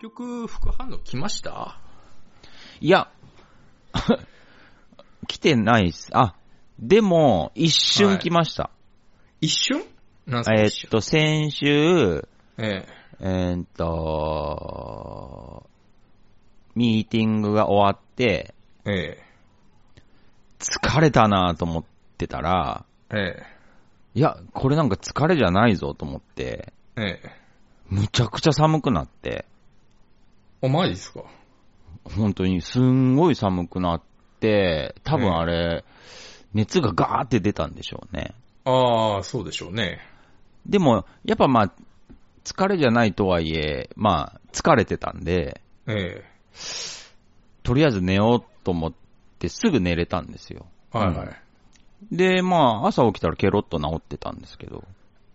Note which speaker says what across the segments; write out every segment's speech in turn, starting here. Speaker 1: 局、副反応来ました
Speaker 2: いや、 来てないっす。あ、でも、一瞬来ました。
Speaker 1: 一瞬なんすか
Speaker 2: え
Speaker 1: 一
Speaker 2: ーっ
Speaker 1: 瞬
Speaker 2: と、先週、
Speaker 1: ええ。
Speaker 2: えーっと、ミーティングが終わって、
Speaker 1: ええ。
Speaker 2: 疲れたなと思ってたら、
Speaker 1: え
Speaker 2: いや、これなんか疲れじゃないぞと思って、
Speaker 1: え。ええ。
Speaker 2: むちゃくちゃ寒くなって、
Speaker 1: お、マジっすか
Speaker 2: 本当にすんごい寒くなって、多分あれ、熱がガーって出たんでしょうね。
Speaker 1: ああ、そうでしょうね。
Speaker 2: でも、やっぱまあ、疲れじゃないとはいえ、まあ、疲れてたんで、
Speaker 1: ええ。
Speaker 2: とりあえず寝ようと思ってすぐ寝れたんですよ。
Speaker 1: はいはい。
Speaker 2: うで、まあ、朝起きたらケロッと治ってたんですけど。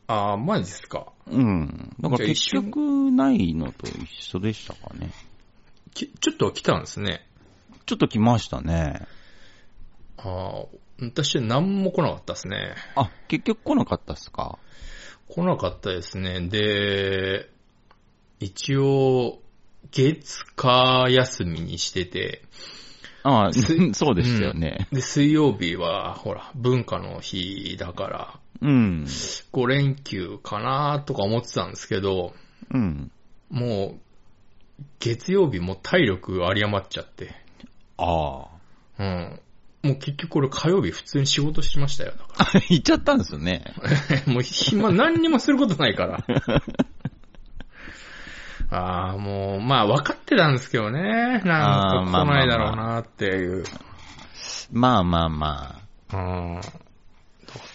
Speaker 1: ああ、マジっすか
Speaker 2: うん。だから
Speaker 1: じゃあ一
Speaker 2: 結
Speaker 1: 瞬
Speaker 2: 局ないのと一緒でしたかね。
Speaker 1: きちょっと来たんですね。
Speaker 2: ちょっと来ましたね。
Speaker 1: ああ、私何も来なかったですね。
Speaker 2: あ、結局来なかったっすか
Speaker 1: 来なかったですね。で、一応、月、火、休みにしてて、
Speaker 2: ああ、
Speaker 1: す
Speaker 2: そうでしたよね。
Speaker 1: で、水曜日は、ほら、文化の日だから、
Speaker 2: うん。
Speaker 1: 5連休かなとか思ってたんですけど、
Speaker 2: うん。
Speaker 1: もう、月曜日もう体力有り余っちゃって、
Speaker 2: あ あ。
Speaker 1: うん。もう結局これ火曜日普通に仕事しましたよ、だか
Speaker 2: 行っちゃったんですよね。
Speaker 1: ら。もう暇何にもすることないから。ああ、もう、まあ分かってたんですけどね。なんか来ないだろうなっていう。
Speaker 2: まあまあま
Speaker 1: うん。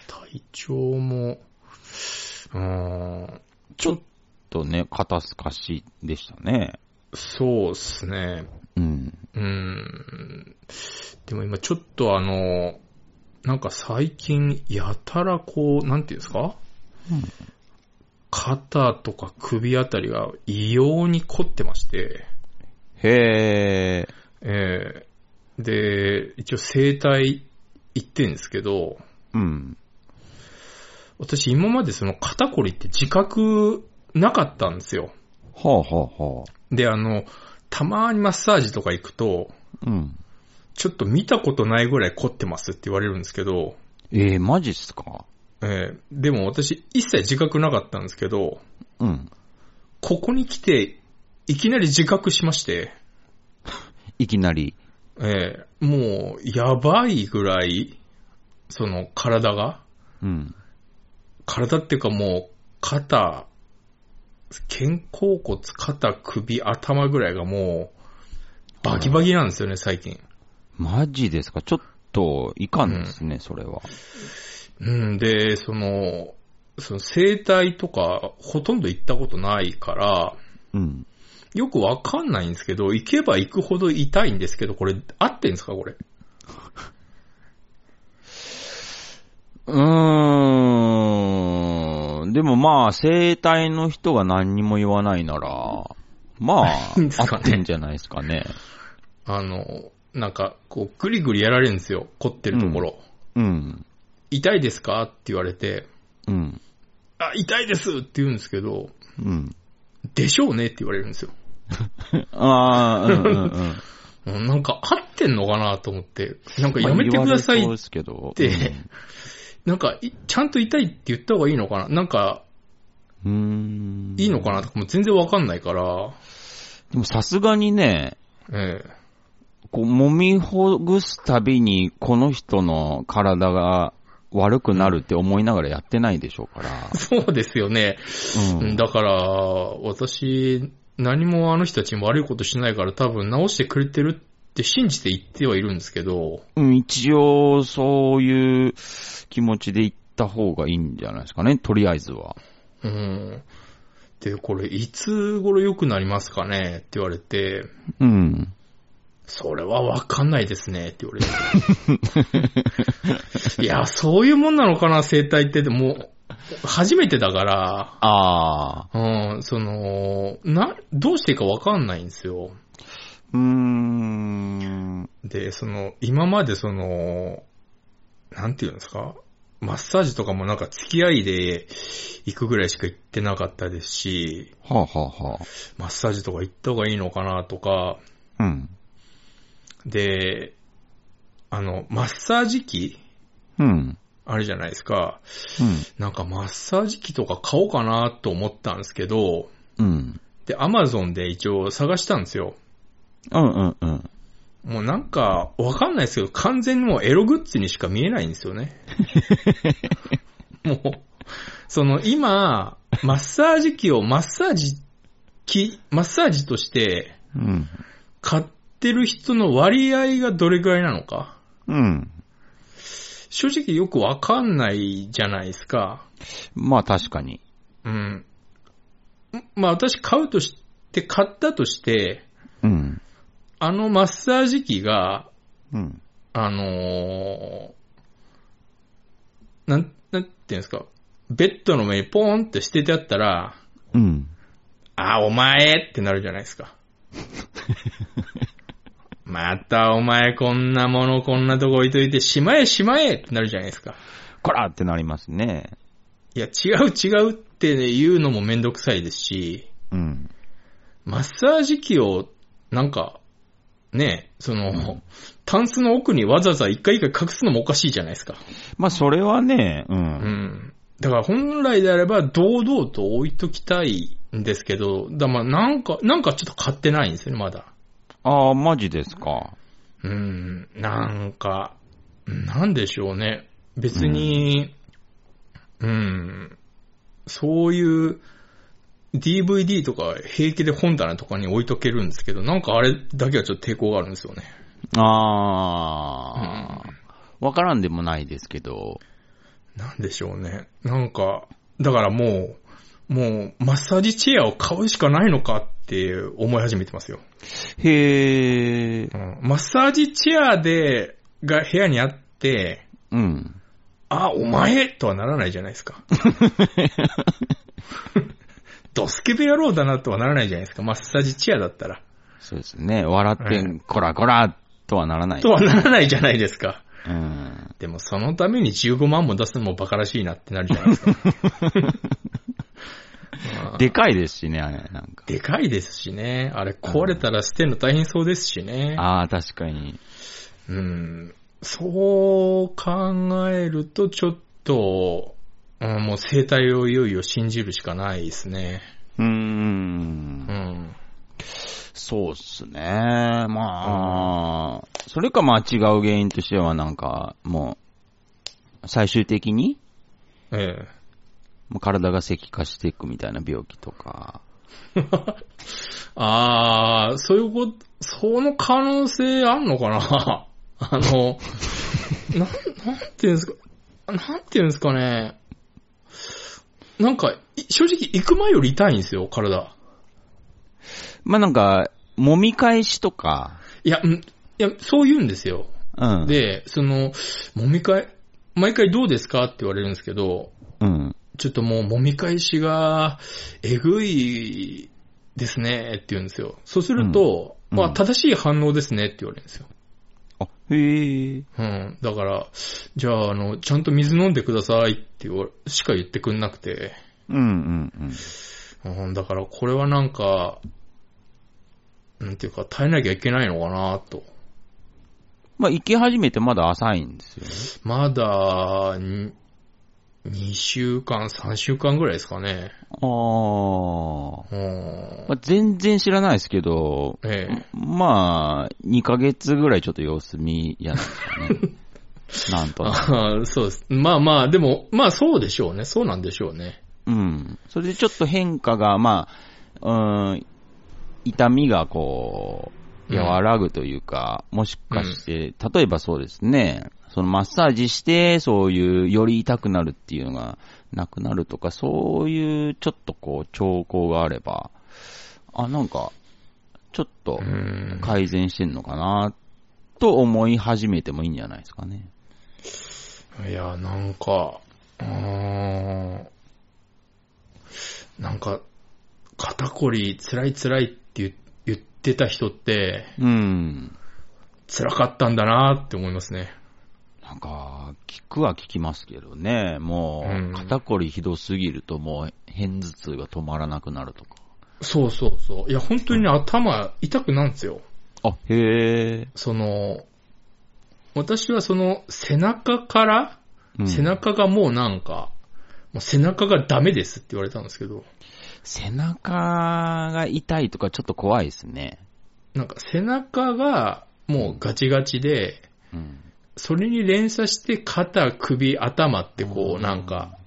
Speaker 1: 体調も、うん、
Speaker 2: あ。ちょっとね、肩透かしでしたね。
Speaker 1: そうっすね。
Speaker 2: うん。
Speaker 1: うん。でも今ちょっとあの、なんか最近、やたらこう、なんていうんですか、
Speaker 2: うん
Speaker 1: 肩とか首あたりが異様に凝ってまして、
Speaker 2: へえ。
Speaker 1: えーで、一応整体行ってんですけど、
Speaker 2: うん。
Speaker 1: 私今までその肩こりって自覚なかったんですよ。
Speaker 2: はあはあは
Speaker 1: で、あの、たまにマッサージとか行くと、
Speaker 2: あ。うん。
Speaker 1: ちょっと見たことないぐらい凝ってますって言われるんですけど、
Speaker 2: ええマジっすか
Speaker 1: えーでも私一切自覚なかったんですけど、
Speaker 2: うん。
Speaker 1: ここに来て、いきなり自覚しまして、
Speaker 2: いきなり。
Speaker 1: えーもう、やばいぐらい、その、体が、
Speaker 2: うん。
Speaker 1: 体っていうかもう、肩、肩甲骨、肩、首、頭ぐらいがもう、バキバキなんですよね、最近。
Speaker 2: マジですかちょっと、いかんですね、それは。
Speaker 1: うん、で、その、その整体とかほとんど行ったことないから、
Speaker 2: うん。
Speaker 1: よくわかんないんですけど、行けば行くほど痛いんですけど、これ、合ってんですかこれ。
Speaker 2: うーん。でもまあ、生体の人が何にも言わないなら、まあ、
Speaker 1: いいんです
Speaker 2: 合
Speaker 1: かね
Speaker 2: ってんじゃないですかね。
Speaker 1: あの、なんか、こう、ぐりぐりやられるんですよ、凝ってるところ。
Speaker 2: うん。
Speaker 1: 痛いですかって言われて、
Speaker 2: うん。
Speaker 1: あ、痛いですって言うんですけど、
Speaker 2: うん。
Speaker 1: でしょうねって言われるんですよ。
Speaker 2: ああ、うん うんうん。
Speaker 1: うんなんか、合ってんのかなと思って、なんかやめてください
Speaker 2: まあ言われそうですけど。
Speaker 1: てなんか、いちゃんと痛いって言った方がいいのかななんか、
Speaker 2: うん。うーん
Speaker 1: いいのかなとかも全然わかんないから、
Speaker 2: でもさすがにね、
Speaker 1: ええ。
Speaker 2: こう、揉みほぐすたびに、この人の体が悪くなるって思いながらやってないでしょう から。
Speaker 1: そうですよね。
Speaker 2: う
Speaker 1: だから、私、何もあの人たちに悪いことしないから多分直してくれてるって信じて言ってはいるんですけど、
Speaker 2: うん、一応、そういう気持ちで行った方がいいんじゃないですかね、とりあえずは。
Speaker 1: うん。で、これ、いつ頃良くなりますかねって言われて、
Speaker 2: うん。
Speaker 1: それはわかんないですねって言われて。いや、そういうもんなのかな、生態って。でも、初めてだから、
Speaker 2: ああ。
Speaker 1: うん、その、な、どうしていいかわかんないんですよ。
Speaker 2: うーん。
Speaker 1: で、その、今までその、なんていうんですか、マッサージとかもなんか付き合いで行くぐらいしか行ってなかったですし、
Speaker 2: はあ、はあは
Speaker 1: マッサージとか行った方がいいのかなとか、
Speaker 2: あ、うん。
Speaker 1: で、あの、マッサージ機
Speaker 2: うん。
Speaker 1: あるじゃないですか。なんかマッサージ機とか買おうかなと思ったんですけど、
Speaker 2: うん。うん。
Speaker 1: で、アマゾンで一応探したんですよ。
Speaker 2: うんうんうん。
Speaker 1: もうなんか、わかんないですけど、完全にもうエログッズにしか見えないんですよね。もう、その今、マッサージ機をマッサージ機、マッサージとして
Speaker 2: うん。
Speaker 1: 買ってる人の割合がどれくらいなのか。
Speaker 2: うん。
Speaker 1: 正直よくわかんないじゃないですか。
Speaker 2: まあ確かに。
Speaker 1: うん。まあ私買うとして、買ったとして、
Speaker 2: うん。
Speaker 1: あのマッサージ機が、
Speaker 2: うん。
Speaker 1: あのー、なん、なんていうんですか、ベッドの上にポーンって捨ててあったら、
Speaker 2: うん。
Speaker 1: あ、お前ってなるじゃないですか。またお前こんなものこんなとこ置いといて、しまえしまえってなるじゃないですか。
Speaker 2: こらってなりますね。
Speaker 1: いや、違う違うって言うのもめんどくさいですし、
Speaker 2: うん。
Speaker 1: マッサージ機を、なんか、ね、その、タンスの奥にわざわざ一回一回隠すのもおかしいじゃないですか。
Speaker 2: まあそれはね、う。
Speaker 1: うんん。だから本来であれば堂々と置いときたいんですけど、だまあなんか、なんかちょっと買ってないんですよね、まだ。
Speaker 2: ああ、マジですか。
Speaker 1: うん、なんか、なんでしょうね。別に、うん、そういう DVD とか平気で本棚とかに置いとけるんですけど、なんかあれだけはちょっと抵抗があるんですよね。
Speaker 2: ああ、わからんでもないですけど。
Speaker 1: なんでしょうね。なんか、だからもう、もう、マッサージチェアを買うしかないのかって思い始めてますよ。
Speaker 2: へえ
Speaker 1: う。ん、マッサージチェアで、が部屋にあって、
Speaker 2: うん。
Speaker 1: あ、お前とはならないじゃないですか。ドスケベ野郎だなとはならないじゃないですか。マッサージチェアだったら。
Speaker 2: そうですね。笑って、
Speaker 1: うん
Speaker 2: こらこらとはならない。
Speaker 1: とはならないじゃないですか。
Speaker 2: うん。
Speaker 1: でもそのために15万も出すのもバカらしいなってなるじゃないですか。まあ
Speaker 2: でかいですしね、あれ、なんか。
Speaker 1: でかいですしね。あれ壊れたら捨てるの大変そうですしね。
Speaker 2: ああ、確かに。
Speaker 1: うん。そう考えるとちょっと、うん、もう生態をいよいよ信じるしかないですね。
Speaker 2: うー。
Speaker 1: うんん。
Speaker 2: そうっすね。まあ、それかまあ違う原因としてはなんか、もう、最終的に、
Speaker 1: ええ。
Speaker 2: もう体が石化していくみたいな病気とか。
Speaker 1: ああ、そういうこと、その可能性あんのかな あの、なん、なんていうんですか、なんていうんですかね。なんか、い正直行く前より痛いんですよ、体。
Speaker 2: まあなんか、揉み返しとか。
Speaker 1: いや、うんいや、そう言うんですよ。
Speaker 2: うん。、
Speaker 1: で、その、揉み会、毎回どうですかって言われるんですけど、
Speaker 2: うん。
Speaker 1: ちょっともう揉み返しが、えぐいですねって言うんですよ。そうすると、
Speaker 2: うん
Speaker 1: ま
Speaker 2: う
Speaker 1: あ
Speaker 2: ん
Speaker 1: 正しい反応ですねって言われるんですよ。
Speaker 2: あ、へえ。
Speaker 1: うん。だから、じゃあ、あの、ちゃんと水飲んでくださいって言わしか言ってくんなくて。
Speaker 2: うんうんうん。
Speaker 1: うん。だから、これはなんか、なんていうか、耐えなきゃいけないのかなと。
Speaker 2: まあ行き始めてまだ浅いんですよね。
Speaker 1: まだ、に2週間、3週間ぐらいですかね。う
Speaker 2: ああ。
Speaker 1: ん。
Speaker 2: まあ、全然知らないですけど、
Speaker 1: ええ。
Speaker 2: まあ、2ヶ月ぐらいちょっと様子見やなんです かね。なんとなく。
Speaker 1: ああ、そうです。まあまあ、でも、まあそうでしょうね。そうなんでしょうね。
Speaker 2: うん。それでちょっと変化が、まあ、うーん、痛みがこう、和らぐというか、もしかして、例えばそうですね、そのマッサージして、そういう、より痛くなるっていうのがなくなるとか、そういうちょっとこう、兆候があれば、あ、なんか、ちょっと
Speaker 1: う、ん。
Speaker 2: 改善してんのかな、と思い始めてもいいんじゃないですかね。
Speaker 1: いや、なんか、うーん。なんか、肩こり辛い辛いって言言ってた人って、
Speaker 2: うん。
Speaker 1: 辛かったんだなって思いますね。
Speaker 2: なんか、聞くは聞きますけどね、も
Speaker 1: うん
Speaker 2: う、肩こりひどすぎるともう、片頭痛が止まらなくなるとか。
Speaker 1: そうそうそう。いや、本当にね、頭痛くなんですよ。
Speaker 2: あ、へえ。
Speaker 1: その、私はその背中から、
Speaker 2: うん
Speaker 1: 背中がもうなんか、もう背中がダメですって言われたんですけど、
Speaker 2: 背中が痛いとかちょっと怖いですね。
Speaker 1: なんか背中がもうガチガチで、
Speaker 2: うん。
Speaker 1: それに連鎖して肩、首、頭ってこ
Speaker 2: う
Speaker 1: うんなんか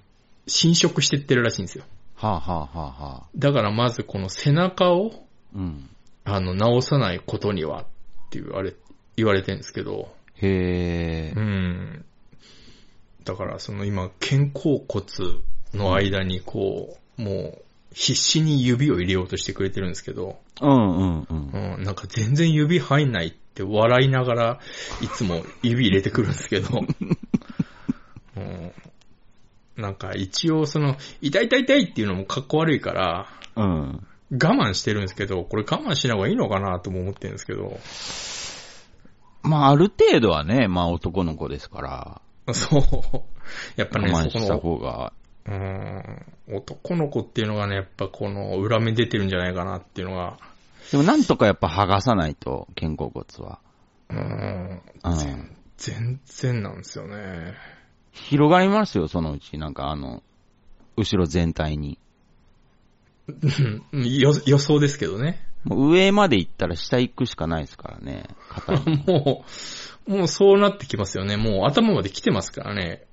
Speaker 1: 侵食してってるらしいんですよ。
Speaker 2: はあ、はあはあはあ、
Speaker 1: だからまずこの背中を
Speaker 2: うん。
Speaker 1: あの直さないことにはって言われ、言われてるんですけど、
Speaker 2: へえ
Speaker 1: う。ん。だから、その今、肩甲骨の間にこう、もう、必死に指を入れようとしてくれてるんですけど、
Speaker 2: うんうんう。
Speaker 1: うんん、なんか全然指入んないって笑いながら、いつも指入れてくるんですけ ど、うん、なんか一応その、痛い痛い痛いっていうのもかっこ悪いから、
Speaker 2: うん。
Speaker 1: 我慢してるんですけど、これ我慢しない方がいいのかなとも思ってるんですけど、
Speaker 2: まあ、ある程度はね、まあ男の子ですから、
Speaker 1: そう。やっぱね、
Speaker 2: 我慢
Speaker 1: そこ
Speaker 2: した
Speaker 1: の
Speaker 2: 方が、
Speaker 1: うーん男の子っていうのがね、やっぱこの裏目出てるんじゃないかなっていうのが、
Speaker 2: でもなんとかやっぱ剥がさないと、肩甲骨は。
Speaker 1: うーん、
Speaker 2: うん。
Speaker 1: 全然なんですよね。
Speaker 2: 広がりますよ、そのうち。なんかあの、後ろ全体に。
Speaker 1: うんよ予想ですけどね。
Speaker 2: もう上まで行ったら下行くしかないですからね。肩 に
Speaker 1: もう、もうそうなってきますよね。もう頭まで来てますからね。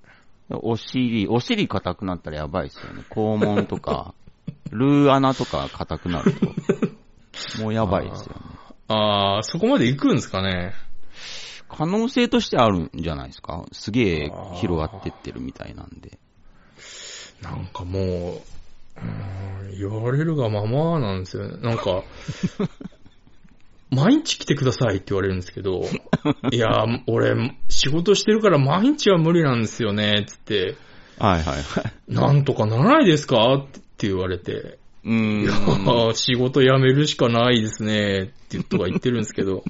Speaker 2: お尻、お尻硬くなったらやばいですよね。肛門とか、 ルー穴とか硬くなると。もうやばいですよね。
Speaker 1: あー、そこまで行くんですかね。
Speaker 2: 可能性としてあるんじゃないですかすげえ広がってってるみたいなんで。
Speaker 1: なんかもう、うーん言われるがままなんですよね。なんか、 毎日来てくださいって言われるんですけど、いや、俺、仕事してるから毎日は無理なんですよね、つって、
Speaker 2: はいはいはい。
Speaker 1: なんとかならないですかって言われて、
Speaker 2: う
Speaker 1: いや
Speaker 2: ん。、
Speaker 1: 仕事辞めるしかないですね、ってとか言ってるんですけ ど、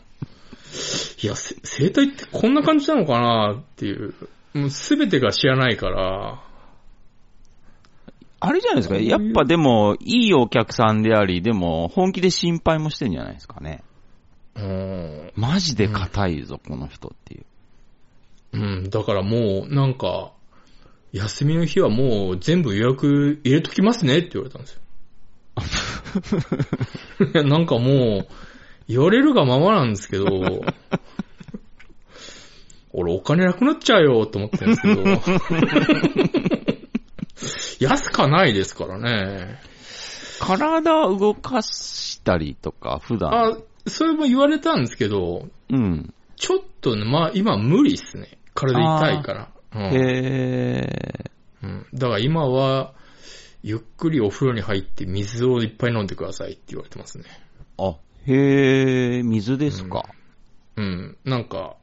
Speaker 1: いや、せ生態ってこんな感じなのかなっていう、もうすべてが知らないから、
Speaker 2: あれじゃないですかやっぱでも、いいお客さんであり、でも、本気で心配もしてんじゃないですかね。
Speaker 1: うーん、
Speaker 2: マジで硬いぞ、この人っていう。
Speaker 1: うん、だからもう、なんか、休みの日はもう全部予約入れときますねって言われたんですよ。なんかもう、言われるがままなんですけど、俺お金なくなっちゃうよと思ってるんですけど、安かないですからね。
Speaker 2: 体を動かしたりとか、普段。
Speaker 1: あ、それも言われたんですけど、
Speaker 2: うん。
Speaker 1: ちょっとね、まあ今無理っすね。体痛いから。うん
Speaker 2: へえ。
Speaker 1: うん。だから今は、ゆっくりお風呂に入って水をいっぱい飲んでくださいって言われてますね。
Speaker 2: あ、へえ、水ですか。
Speaker 1: うん。なんか、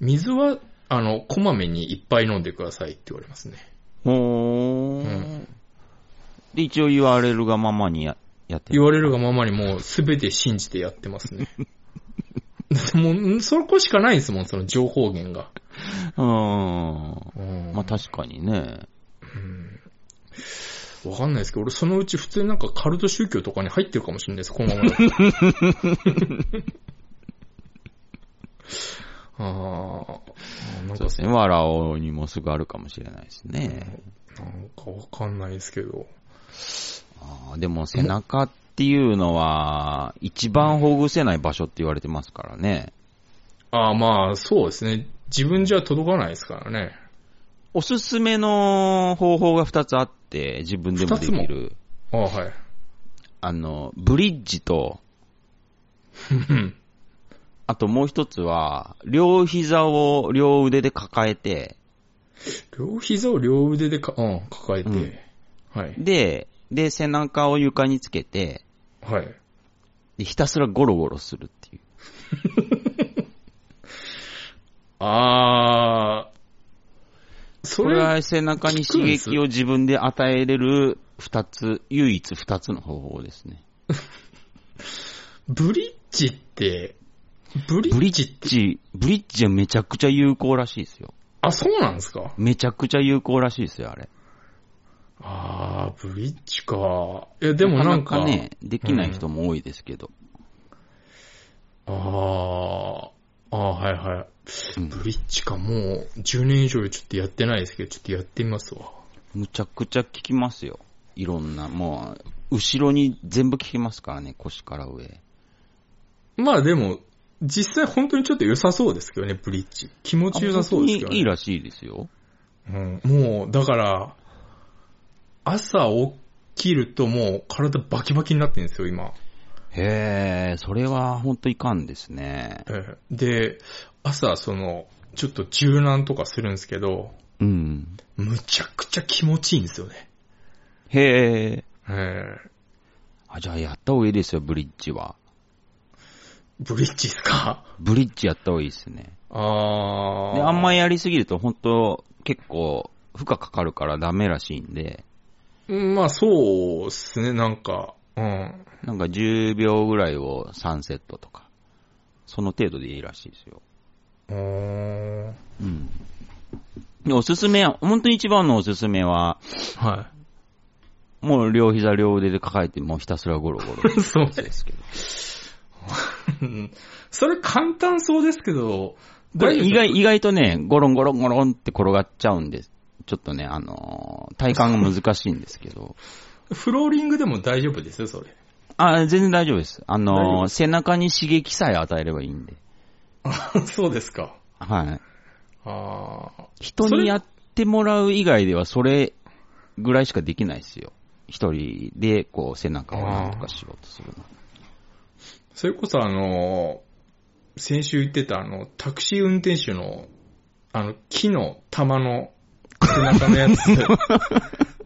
Speaker 1: 水は、あの、こまめにいっぱい飲んでくださいって言われますね。
Speaker 2: ほー。
Speaker 1: うん
Speaker 2: で、一応言われるがままにややって
Speaker 1: 言われるがままにもうすべて信じてやってます ね。だってもう、んそこしかないですもん、その情報源が。
Speaker 2: うーん。
Speaker 1: うん。
Speaker 2: まあ確かにね。
Speaker 1: わかんないですけど、俺そのうち普通になんかカルト宗教とかに入ってるかもしれないです、このままだ と。ああ、なん
Speaker 2: そう
Speaker 1: か
Speaker 2: ですね。わらおにもすぐあるかもしれないですね。
Speaker 1: なんかわかんないですけど。
Speaker 2: あーでも背中っていうのは、一番ほぐせない場所って言われてますからね。
Speaker 1: ああ、まあ、そうですね。自分じゃ届かないですからね。
Speaker 2: おすすめの方法が2つあって、自分でもでき
Speaker 1: 二つ
Speaker 2: る。
Speaker 1: ああ、はい。
Speaker 2: あの、ブリッジと、
Speaker 1: うん
Speaker 2: あともう一つは、両膝を両腕で抱えて、
Speaker 1: 両膝を両腕でか、うん、抱えて、
Speaker 2: うん
Speaker 1: はい。
Speaker 2: で、で、背中を床につけて、
Speaker 1: はい。
Speaker 2: でひたすらゴロゴロするっていう。
Speaker 1: ああ、そ
Speaker 2: これ
Speaker 1: れ、
Speaker 2: は背中に刺激を自分で与えれる二つ、唯一二つの方法ですね。
Speaker 1: ブリッジって、ブリ
Speaker 2: ブ
Speaker 1: ッ
Speaker 2: リッ
Speaker 1: ジって、
Speaker 2: ジ、ブリッジはめちゃくちゃ有効らしいですよ。
Speaker 1: あ、そうなんですか
Speaker 2: めちゃくちゃ有効らしいですよ、あれ。
Speaker 1: あー、ブリッジか。いや、でもなんか、
Speaker 2: なかなかね、できない人も多いですけど。
Speaker 1: あー、あー、はいはい。
Speaker 2: うん
Speaker 1: ブリッジか、もう10年以上ちょっとやってないですけど、ちょっとやってみますわ。
Speaker 2: むちゃくちゃ効きますよ。いろんな、もう、後ろに全部効きますからね、腰から上。
Speaker 1: まあでも、実際本当にちょっと良さそうですけどね、ブリッジ。気持ち良さそうですけど
Speaker 2: 本当
Speaker 1: ね。
Speaker 2: にいいらしいですよ。
Speaker 1: うん、もう、だから、朝起きるともう体バキバキになってるんですよ、今。
Speaker 2: へえ、それは本当いかんですね。
Speaker 1: えーで、朝、その、ちょっと柔軟とかするんですけど、
Speaker 2: うん。
Speaker 1: むちゃくちゃ気持ちいいんですよね。
Speaker 2: へえ。
Speaker 1: えー
Speaker 2: あ、じゃあやった方がいいですよ、ブリッジは。
Speaker 1: ブリッジですか
Speaker 2: ブリッジやった方がいいですね。
Speaker 1: あ
Speaker 2: で、あんま
Speaker 1: り。
Speaker 2: やりすぎると本当結構負荷かかるからダメらしいんで、
Speaker 1: うんまあ、そうっすね、なんか。うん。
Speaker 2: なんか10秒ぐらいを3セットとか、その程度でいいらしいですよ。
Speaker 1: うーん
Speaker 2: うん。で、おすすめは、本当に一番のおすすめは、
Speaker 1: は
Speaker 2: もう両膝両腕で抱えて、もうひたすらゴロゴロ。
Speaker 1: い。そう
Speaker 2: ですけど。
Speaker 1: うんそれ簡単そうですけど、
Speaker 2: こ
Speaker 1: 大
Speaker 2: れ
Speaker 1: 丈夫
Speaker 2: 意外、意外とね、ゴロンゴロンゴロンって転がっちゃうんです。ちょっとね、あのー体感が難しいんです けど。
Speaker 1: フローリングでも大丈夫ですよ、それ。
Speaker 2: あ、全然大丈夫です。あ
Speaker 1: 大丈夫
Speaker 2: のー
Speaker 1: で
Speaker 2: 背中に刺激さえ与えればいいんで。
Speaker 1: そうですか。
Speaker 2: はい。
Speaker 1: ああ。
Speaker 2: 人にやってもらう以外ではそれぐらいしかできないですよ。一人でこう背中をなんとかしようとするの。
Speaker 1: それこそあの、先週言ってたあの、タクシー運転手の、あの、木の玉の背中のやつ。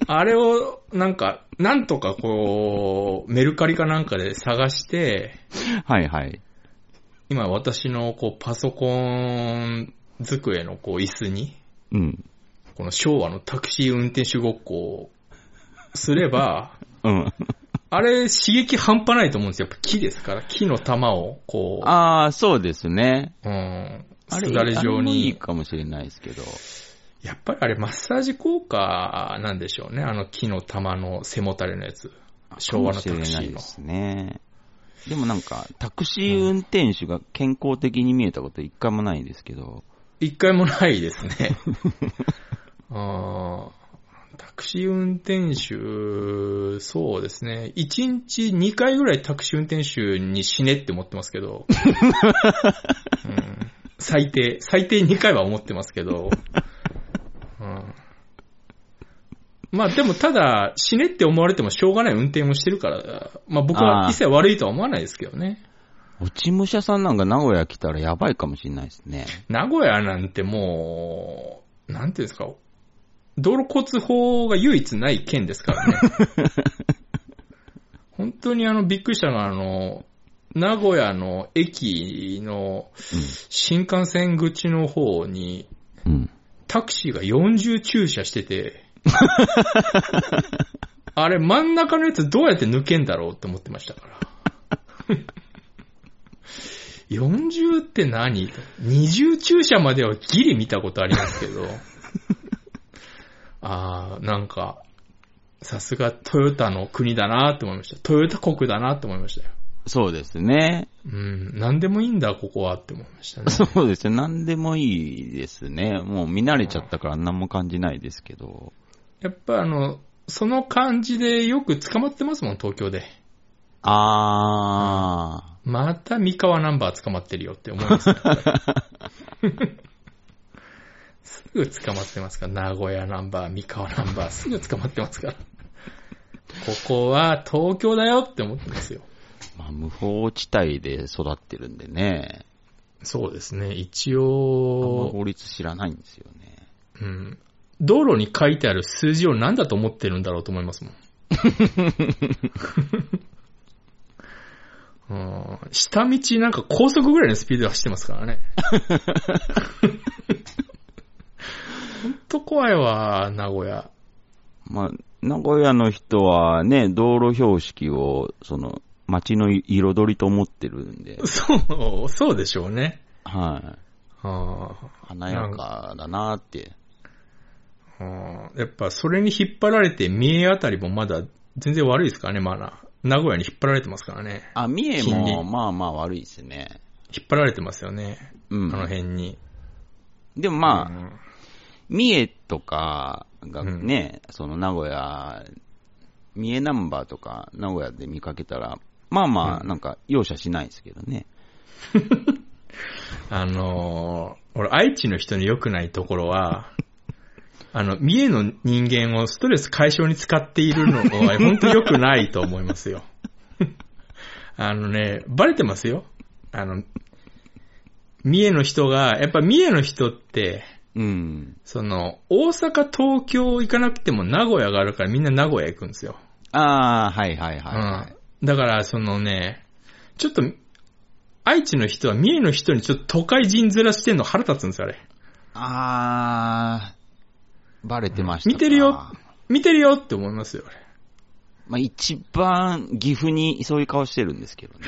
Speaker 1: あれを、なんか、なんとかこう、メルカリかなんかで探して、
Speaker 2: はいはい。
Speaker 1: 今私のこう、パソコン机のこう、椅子に、
Speaker 2: うん。
Speaker 1: この昭和のタクシー運転手ごっこをすれば、
Speaker 2: うん。
Speaker 1: あれ刺激半端ないと思うんですよ。やっぱ木ですから、木の玉を、こう、
Speaker 2: ああ、そうですね。
Speaker 1: うん、
Speaker 2: あ
Speaker 1: す
Speaker 2: れ、
Speaker 1: だれ状
Speaker 2: あれもい
Speaker 1: に
Speaker 2: いかもしれないですけど。
Speaker 1: やっぱりあれマッサージ効果なんでしょうね。あの木の玉の背もたれのやつ。昭和のタ
Speaker 2: かも
Speaker 1: ク
Speaker 2: し
Speaker 1: シ
Speaker 2: れ
Speaker 1: ー
Speaker 2: ないで
Speaker 1: の。
Speaker 2: すね。でもなんか、タクシー運転手が健康的に見えたこと一回もないんですけど、
Speaker 1: 一回もないですね。あータクシー運転手、そうですね。一日二回ぐらいタクシー運転手に死ねって思ってますけど。うん最低、最低二回は思ってますけど。うんまあでもただ、死ねって思われてもしょうがない運転をしてるから、まあ僕は一切悪いとは思わないですけどね。
Speaker 2: 落ち武者さんなんか名古屋来たらやばいかもしれないですね。
Speaker 1: 名古屋なんてもう、なんていうんですか、道路交通法が唯一ない県ですからね。本当にあの、びっくりしたのは、あの、名古屋の駅の新幹線口の方に、
Speaker 2: うん。
Speaker 1: タクシーが40駐車してて、あれ真ん中のやつどうやって抜けんだろうって思ってましたから。40って何 ?20 駐車まではギリ見たことありますけど。あー、なんか、さすがトヨタの国だなって思いました。トヨタ国だなって思いましたよ。
Speaker 2: そうですね。
Speaker 1: うん、なんでもいいんだ、ここはって思いました ね。
Speaker 2: そうですね。何でもいいですね。もう見慣れちゃったから何も感じないですけど。
Speaker 1: やっぱあの、その感じでよく捕まってますもん、東京で。
Speaker 2: あ
Speaker 1: また三河ナンバー捕まってるよって思いますよすぐ捕まってますから、名古屋ナンバー、三河ナンバー、すぐ捕まってますから。ここは東京だよって思ってますよ。
Speaker 2: ー、まあ、無法地帯で育ってるんでね。
Speaker 1: そうですね、一
Speaker 2: あんま
Speaker 1: 応、
Speaker 2: 法律知らないんですよね。
Speaker 1: うん、道路に書いてある数字を何だと思ってるんだろうと思いますもん。 うん下道なんか高速ぐらいのスピードで走ってますからね。ほんと怖いわ、名古屋。
Speaker 2: まあ、名古屋の人はね、道路標識を、その、 街の彩りと思ってるんで、
Speaker 1: そう、そうでしょうね。
Speaker 2: は
Speaker 1: あ
Speaker 2: 華やかだなって。
Speaker 1: あああやっぱそれに引っ張られて、三重あたりもまだ全然悪いですからね、まだ。名古屋に引っ張られてますからね。
Speaker 2: あ、三重
Speaker 1: 近
Speaker 2: も、
Speaker 1: 隣
Speaker 2: まあまあ悪いですね。
Speaker 1: 引っ張られてますよね。
Speaker 2: う
Speaker 1: あ
Speaker 2: ん。
Speaker 1: の辺に。
Speaker 2: でもまあ、
Speaker 1: うん
Speaker 2: 三重とかがね、その名古屋、三重ナンバーとか名古屋で見かけたら、まあまあ、
Speaker 1: うん
Speaker 2: なんか容赦しないですけどね。
Speaker 1: あのー俺、愛知の人に良くないところ は、あの、三重の人間をストレス解消に使っているのは、本当に良くないと思いますよ。 あのね、バレてますよ。あの、三重の人が、やっぱ三重の人って、
Speaker 2: うん。
Speaker 1: その、大阪、東京行かなくても名古屋があるからみんな名古屋行くんですよ。
Speaker 2: ああ、はいはいはい、はい
Speaker 1: うん。だから、そのね、ちょっと、愛知の人は三重の人にちょっと都会人面してんの腹立つんですよ、あれ。
Speaker 2: ああ、バレてましたか
Speaker 1: 見てるよ、見てるよって思いますよ、あれ
Speaker 2: まあ一番岐阜にそういう顔してるんですけどね。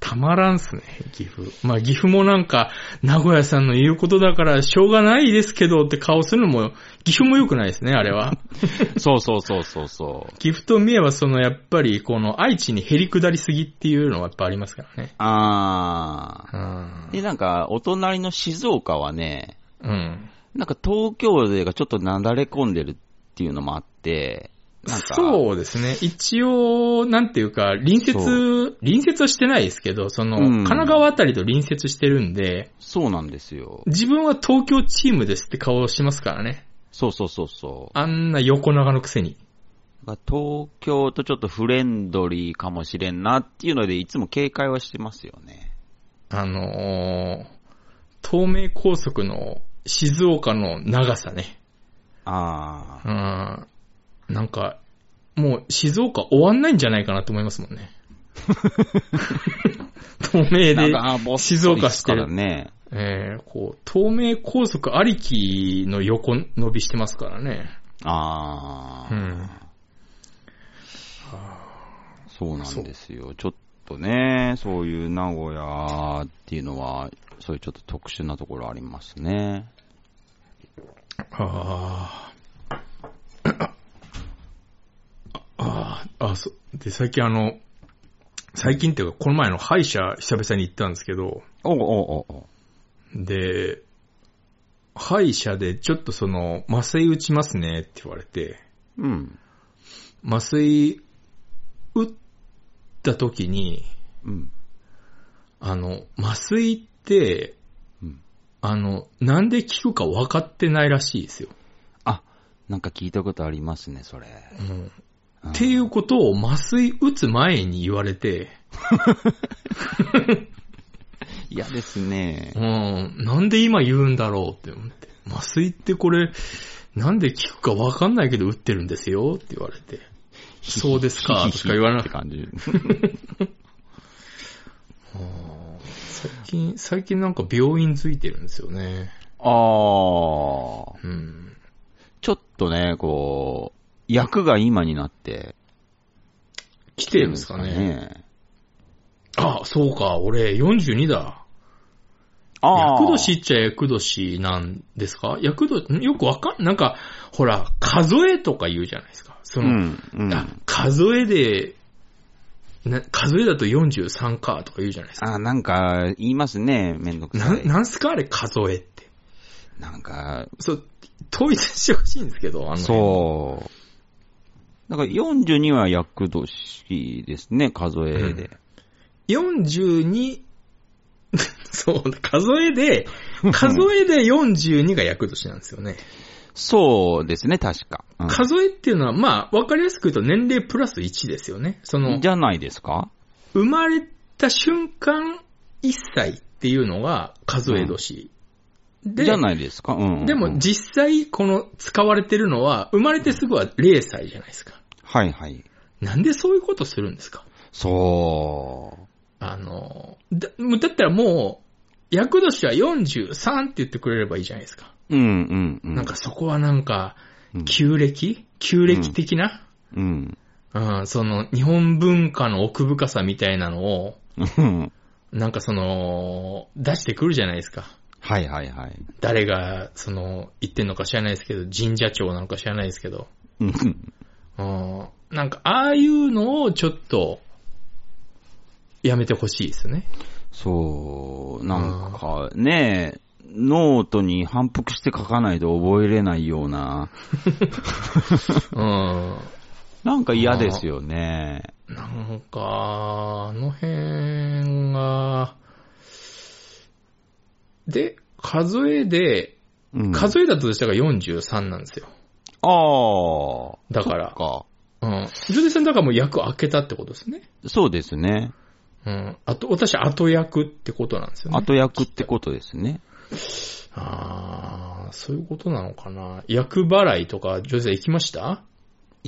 Speaker 1: たまらんっすね、岐阜。まあ、岐阜もなんか、名古屋さんの言うことだから、しょうがないですけどって顔するのも、岐阜も良くないですね、あれ は。
Speaker 2: そうそうそうそうそう。
Speaker 1: 岐阜と三重は、その、やっぱり、この、愛知に減り下りすぎっていうのはやっぱありますからね。
Speaker 2: ああ。
Speaker 1: う
Speaker 2: で、なんか、お隣の静岡はね、
Speaker 1: ん。うん。
Speaker 2: なんか東京でがちょっとなだれ込んでるっていうのもあって、なんか、
Speaker 1: そうですね。一応、なんていうか、隣
Speaker 2: そ
Speaker 1: 接、隣接はしてないですけど、その、
Speaker 2: うん
Speaker 1: 神奈川あたりと隣接してるんで、
Speaker 2: そうなんですよ。
Speaker 1: 自分は東京チームですって顔をしますからね。
Speaker 2: そうそうそうそう。
Speaker 1: あんな横長のくせに。
Speaker 2: だから東京とちょっとフレンドリーかもしれんなっていうので、いつも警戒はしてますよね。
Speaker 1: あのー、東名高速の静岡の長さね。
Speaker 2: あ
Speaker 1: う
Speaker 2: あ。
Speaker 1: ん。なんか、もう静岡終わんないんじゃないかなと思いますもん ね。東名
Speaker 2: な
Speaker 1: で
Speaker 2: ん、かあーぼっそり
Speaker 1: 静岡してる
Speaker 2: っすからね。
Speaker 1: えーこう、東名高速ありきの横伸びしてますからね。
Speaker 2: あ
Speaker 1: う
Speaker 2: あ、
Speaker 1: ん。
Speaker 2: そうなんですよ。ちょっとね、そういう名古屋っていうのは、そういうちょっと特殊なところありますね。
Speaker 1: ああ。ああ、あ、そう。で、最近あの、最近っていうか、この前の歯医者久々に行ったんですけど、
Speaker 2: おうおうおうおう
Speaker 1: で、歯医者でちょっとその、麻酔打ちますねって言われて、
Speaker 2: うん。
Speaker 1: 麻酔打った時に、
Speaker 2: うん。
Speaker 1: あの、麻酔って、
Speaker 2: うん
Speaker 1: あの、なんで効くか分かってないらしいですよ。
Speaker 2: あ、なんか聞いたことありますね、それ。
Speaker 1: うん
Speaker 2: うん
Speaker 1: っていうことを麻酔打つ前に言われて、
Speaker 2: 嫌ですね
Speaker 1: う。ん、なんで今言うんだろうって思って。麻酔ってこれ、なんで効くか分かんないけど打ってるんですよって言われて。そうですか、としか言わな
Speaker 2: って
Speaker 1: くて。
Speaker 2: 感じ。
Speaker 1: うん最近、最近なんか病院ついてるんですよね。
Speaker 2: ああ、
Speaker 1: うん。
Speaker 2: ちょっとね、こう、役が今になって
Speaker 1: 来
Speaker 2: き
Speaker 1: てるんですかね。
Speaker 2: ね。
Speaker 1: あ、そうか、俺42だ。
Speaker 2: ああ。
Speaker 1: 厄年っちゃ厄年なんですか厄年、んよくわかん、なんか、ほら、数えとか言うじゃないですか。
Speaker 2: う
Speaker 1: その、
Speaker 2: ん。うん。
Speaker 1: あ、数えで、な数えだと43かとか言うじゃないですか。
Speaker 2: あ、なんか、言いますね、めんどく
Speaker 1: な
Speaker 2: さ
Speaker 1: ん、
Speaker 2: い。
Speaker 1: なんすかあれ数えって。
Speaker 2: なんか、
Speaker 1: そう、統一してほしいんですけど、あの。
Speaker 2: そう。だから42は役年ですね、数えで。
Speaker 1: う。42、そう、数えで、数えで42が厄年なんですよね。
Speaker 2: そうですね、確か。うん
Speaker 1: 数えっていうのは、まあ、わかりやすく言うと年齢プラス1ですよね。その
Speaker 2: じ、ゃないですか
Speaker 1: 生まれた瞬間1歳っていうのが数え年。で
Speaker 2: じゃないですかうん。
Speaker 1: で
Speaker 2: う
Speaker 1: も
Speaker 2: ん
Speaker 1: 実際この使われてるのは生まれてすぐは0歳じゃないですか。
Speaker 2: はいはい。
Speaker 1: なんでそういうことするんですか
Speaker 2: そう。
Speaker 1: あの、だだったらもう、役年は43って言ってくれればいいじゃないですか。
Speaker 2: うんうんうん。
Speaker 1: なんかそこはなんか、
Speaker 2: うん、
Speaker 1: 旧暦旧暦的な、
Speaker 2: うん。
Speaker 1: うん、その日本文化の奥深さみたいなのを、
Speaker 2: うん。
Speaker 1: なんかその、出してくるじゃないですか。
Speaker 2: はいはいはい。
Speaker 1: 誰が、その、言ってんのか知らないですけど、神社長なのか知らないですけど。
Speaker 2: うん
Speaker 1: うん。なんか、ああいうのをちょっと、やめてほしいですね。
Speaker 2: そう、なんかね、ノートに反復して書かないと覚えれないような、
Speaker 1: うん。
Speaker 2: なんか嫌ですよね。
Speaker 1: なんか、あの辺が、で、数えで、
Speaker 2: うん、
Speaker 1: 数えだとしたら43なんですよ。
Speaker 2: ああ、
Speaker 1: だから、
Speaker 2: か。
Speaker 1: うん。ジョデさんだからもう役開けたってことですね。
Speaker 2: そうですね。
Speaker 1: うん。あと、私、後役ってことなんですよね。
Speaker 2: 後役ってことですね。
Speaker 1: あー、そういうことなのかな。役払いとか、ジョデさん行きました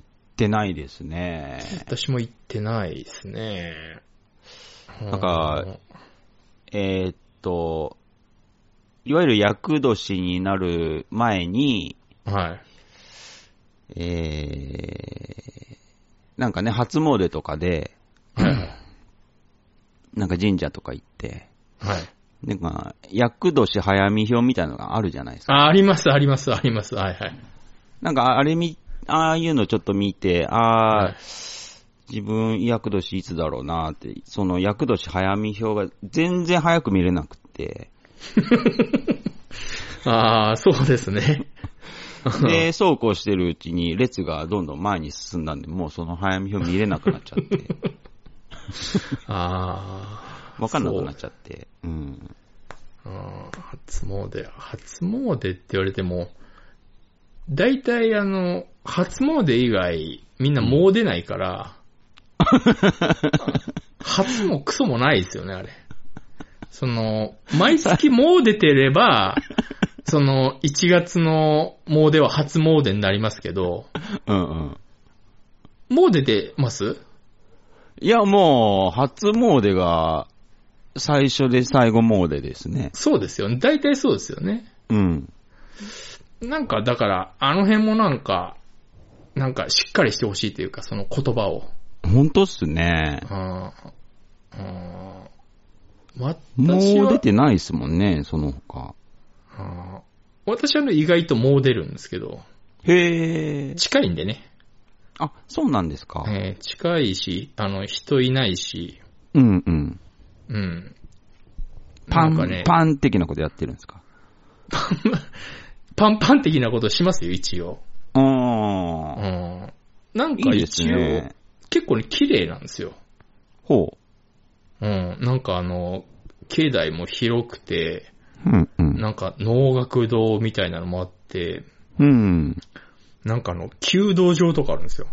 Speaker 2: ってないですね。
Speaker 1: 私も行ってないですね。
Speaker 2: なんかえーっと、いわゆる役年になる前に、
Speaker 1: うん、はい。
Speaker 2: えー、なんかね、初詣とかで、なんか神社とか行って、
Speaker 1: はい。
Speaker 2: なんか、役年早見表みたいなのがあるじゃないですか。
Speaker 1: あ、あります、あります、あります。はいはい。
Speaker 2: なんか、あれみ、ああいうのちょっと見て、ああ、
Speaker 1: はい
Speaker 2: 自分役年いつだろうなって、その役年早見表が全然早く見れなく て、
Speaker 1: ああ、そうですね。
Speaker 2: で、そうこうしてるうちに列がどんどん前に進んだんで、もうその早見表見れなくなっちゃ って、
Speaker 1: ああ。
Speaker 2: わかんなくなっちゃって、うん。
Speaker 1: そううん初詣、初詣って言われても、大体あの、初詣以外、みんなもう出ない から、初もクソもないですよね、あれ。その、毎月もう出てれば、その、1月のもう出は初詣になりますけど、
Speaker 2: うんうん。
Speaker 1: もう出てます
Speaker 2: いや、もう、初詣が最初で最後詣ですね。
Speaker 1: そうですよね。大体そうですよね。
Speaker 2: うん。
Speaker 1: なんか、だから、あの辺もなんか、なんか、しっかりしてほしいというか、その言葉を。
Speaker 2: 本当っすね。
Speaker 1: うん。うん。私
Speaker 2: もう出
Speaker 1: は、
Speaker 2: てないっすもんね、その他。
Speaker 1: うん私はね、意外ともう出るんですけど、
Speaker 2: へえ。
Speaker 1: 近いんでね。
Speaker 2: あ、そうなんですか。
Speaker 1: えー近いし、あの、人いないし、
Speaker 2: うんうん。
Speaker 1: うん。
Speaker 2: パ
Speaker 1: なんか
Speaker 2: ン、
Speaker 1: ね
Speaker 2: パン的なことやってるんですか。
Speaker 1: パンパン的なことしますよ、一応。
Speaker 2: う。
Speaker 1: うんん。なん
Speaker 2: い
Speaker 1: か
Speaker 2: いです
Speaker 1: 一応、
Speaker 2: ね。
Speaker 1: 結構ね、綺麗なんですよ。
Speaker 2: ほ
Speaker 1: うん。なんかあの、境内も広くて、
Speaker 2: う。うんうん。
Speaker 1: なんか能楽堂みたいなのもあって、
Speaker 2: うん。
Speaker 1: なんかあの、弓道場とかあるんですよ。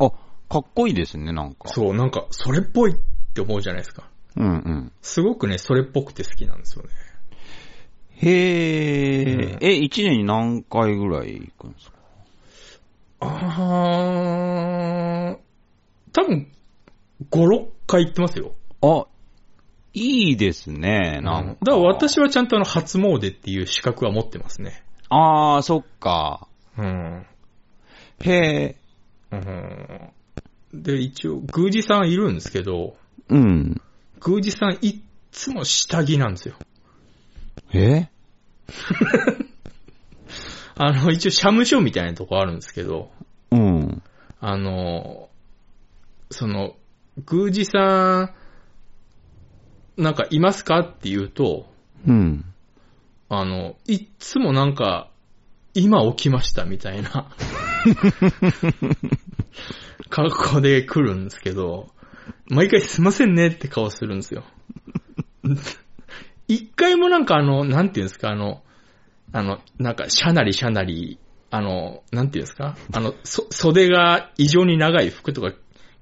Speaker 2: あ、かっこいいですね、なんか。
Speaker 1: そう、なんか、それっぽいって思うじゃないですか。
Speaker 2: うんうん。
Speaker 1: すごくね、それっぽくて好きなんですよね。
Speaker 2: へえ、
Speaker 1: うん
Speaker 2: え、一年に何回ぐらい行くんですか
Speaker 1: あー、多分、5、6回行ってますよ。
Speaker 2: あ、いいですね、
Speaker 1: だ
Speaker 2: な
Speaker 1: か
Speaker 2: んか。
Speaker 1: ら私はちゃんとあの、初詣っていう資格は持ってますね。
Speaker 2: あー、そっか。
Speaker 1: うん。
Speaker 2: へえ。
Speaker 1: うん、で、一応、宮司さんいるんですけど、
Speaker 2: うん。
Speaker 1: 宮司さんいっつも下着なんですよ。
Speaker 2: え
Speaker 1: あの、一応、社務所みたいなとこあるんですけど、
Speaker 2: うん。
Speaker 1: あの、その、宮司さん、なんかいますかって言うと、
Speaker 2: うん。
Speaker 1: あの、いっつもなんか、今起きましたみたいな、格好で来るんですけど、毎回すいませんねって顔するんですよ。一回もなんかあの、なんていうんですか、あの、あの、なんか、シャナリシャナリ、あの、なんていうんですか、あの、そ、袖が異常に長い服とか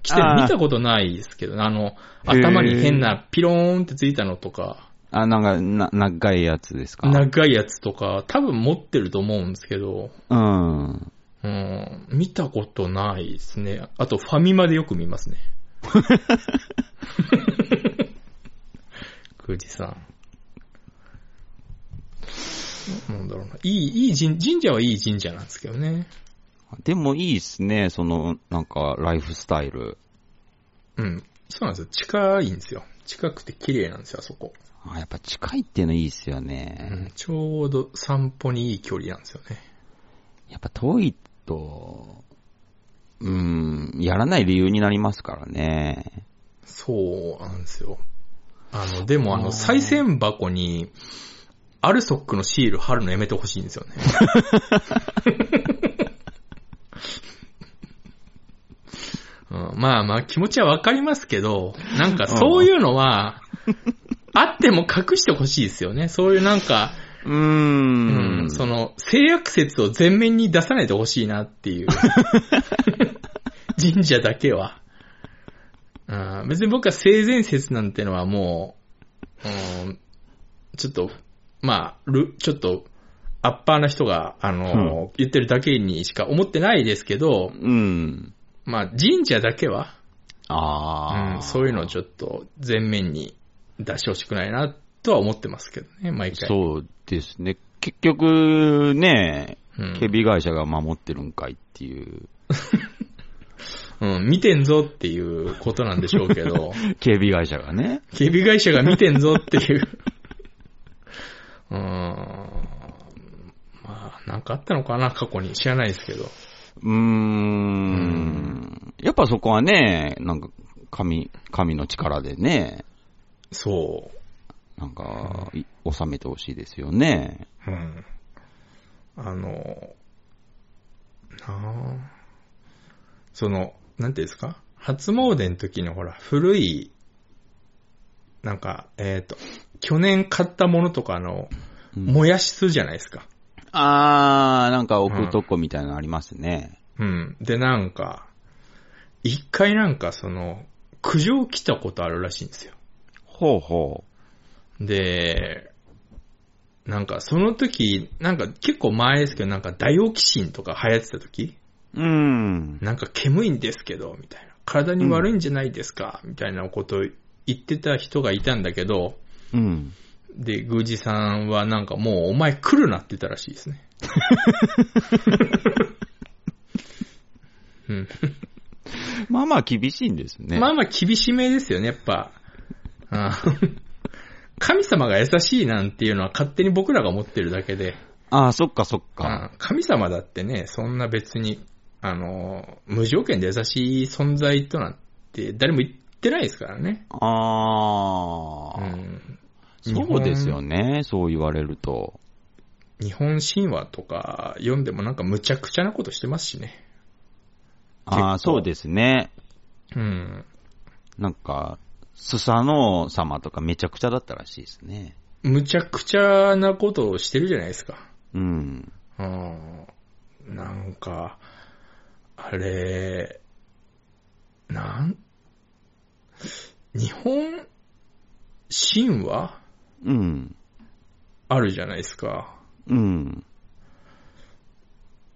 Speaker 1: 着てる
Speaker 2: あー
Speaker 1: の見たことないですけど、あの、頭に変なピローンってついたのとか、
Speaker 2: あ、なんか、な、長いやつですか。
Speaker 1: 長いやつとか、多分持ってると思うんですけど、
Speaker 2: うん。
Speaker 1: うん、見たことないですね。あと、ファミマでよく見ますね。宮司さん。なんだろうな。いい、いい神、神社はいい神社なんですけどね。
Speaker 2: でもいいっすね、その、なんか、ライフスタイル。
Speaker 1: うん。そうなんですよ。近いんですよ。近くて綺麗なんですよ、あそこ。
Speaker 2: あ、やっぱ近いっていうのいいっすよ
Speaker 1: う
Speaker 2: ね。
Speaker 1: ん、ちょうど散歩にいい距離なんですよね。
Speaker 2: やっぱ遠いと、うん、やらない理由になりますからね。
Speaker 1: そうなんですよ。あの、でもあ
Speaker 2: あ
Speaker 1: の、
Speaker 2: ー
Speaker 1: 再銭箱に、アルソックのシール貼るのやめてほしいんですよね。 うん、まあまあ気持ちはわかりますけど、なんかそういうのは、あっても隠してほしいですよね。そういうなんか、
Speaker 2: う
Speaker 1: うん
Speaker 2: ん
Speaker 1: その、性悪説を前面に出さないでほしいなって いう。神社だけは。うん別に僕は性善説なんてのはもう、うんちょっと、まあ、る、ちょっと、アッパーな人が、あの、言ってるだけにしか思ってないですけど、
Speaker 2: うん。
Speaker 1: まあ、神社だけは、
Speaker 2: あ
Speaker 1: う
Speaker 2: あ、
Speaker 1: んそういうのをちょっと前面に出してほしくないなとは思ってますけどね、毎回。
Speaker 2: そうですね。結局、ね、
Speaker 1: うん
Speaker 2: 警備会社が守ってるんかいっていう。
Speaker 1: うん、見てんぞっていうことなんでしょうけ ど、
Speaker 2: 警備会社がね。
Speaker 1: 警備会社が見てんぞって いう。うーん。まあ、なんかあったのかな、過去に。知らないですけど。
Speaker 2: うーん。やっぱそこはね、なんか、神、神の力でね、
Speaker 1: そ
Speaker 2: なんか、い収めてほしいですよね。
Speaker 1: う。うん。あの、なあ。その、なんていうんですか初詣の時のほら、古い、なんか、えっ、と、去年買ったものとかの、
Speaker 2: うん
Speaker 1: 燃やしするじゃないですか。
Speaker 2: あー、なんか置くとこみたいなのありますね。
Speaker 1: うん。で、なんか、一回なんかその、苦情来たことあるらしいんですよ。
Speaker 2: ほうほ
Speaker 1: で、なんかその時、なんか結構前ですけど、なんかダイオキシンとか流行ってた時、
Speaker 2: う。うーん。
Speaker 1: なんか煙いんですけど、みたいな。体に悪いんじゃないですか、みたいなことを言ってた人がいたんだけど、
Speaker 2: うん。
Speaker 1: で、宮司さんはなんかもうお前来るなって言ったらしいですね。うん
Speaker 2: まあまあ厳しいんですね。
Speaker 1: まあまあ厳しめですよね、やっぱ。うん 神様が優しいなんていうのは勝手に僕らが思ってるだけで、
Speaker 2: あー、そっかそっ
Speaker 1: う
Speaker 2: か。
Speaker 1: ん神様だってね、そんな別に、あの、無条件で優しい存在となんて誰も言ってないですからね。
Speaker 2: あー、
Speaker 1: うん
Speaker 2: そうですよね。そう言われると。
Speaker 1: 日本神話とか読んでもなんか無茶苦茶なことしてますしね。
Speaker 2: あー、
Speaker 1: 結構
Speaker 2: そうですね。
Speaker 1: うん。
Speaker 2: なんか、スサノオ様とかめちゃくちゃだったらしいですね。
Speaker 1: 無茶苦茶なことをしてるじゃないですか。
Speaker 2: うん。
Speaker 1: うん。なんか、あれ、なん、日本神話
Speaker 2: うん。
Speaker 1: あるじゃないですか。
Speaker 2: うん。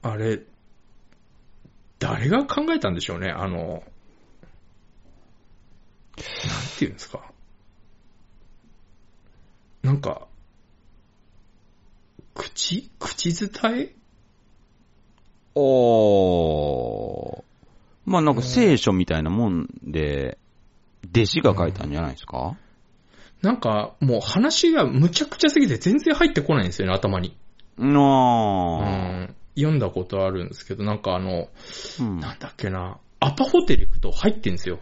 Speaker 1: あれ、誰が考えたんでしょうね、あの、なんていうんですか。なんか、口口伝え
Speaker 2: おー。まあなんか聖書みたいなもんで、弟子が書いたんじゃないですか、
Speaker 1: なんか、もう話がむちゃくちゃすぎて全然入ってこないんですよね、頭に。う
Speaker 2: なあ、
Speaker 1: ん。読んだことあるんですけど、なんかあの、
Speaker 2: うん
Speaker 1: なんだっけな、アパホテル行くと入ってんですよ。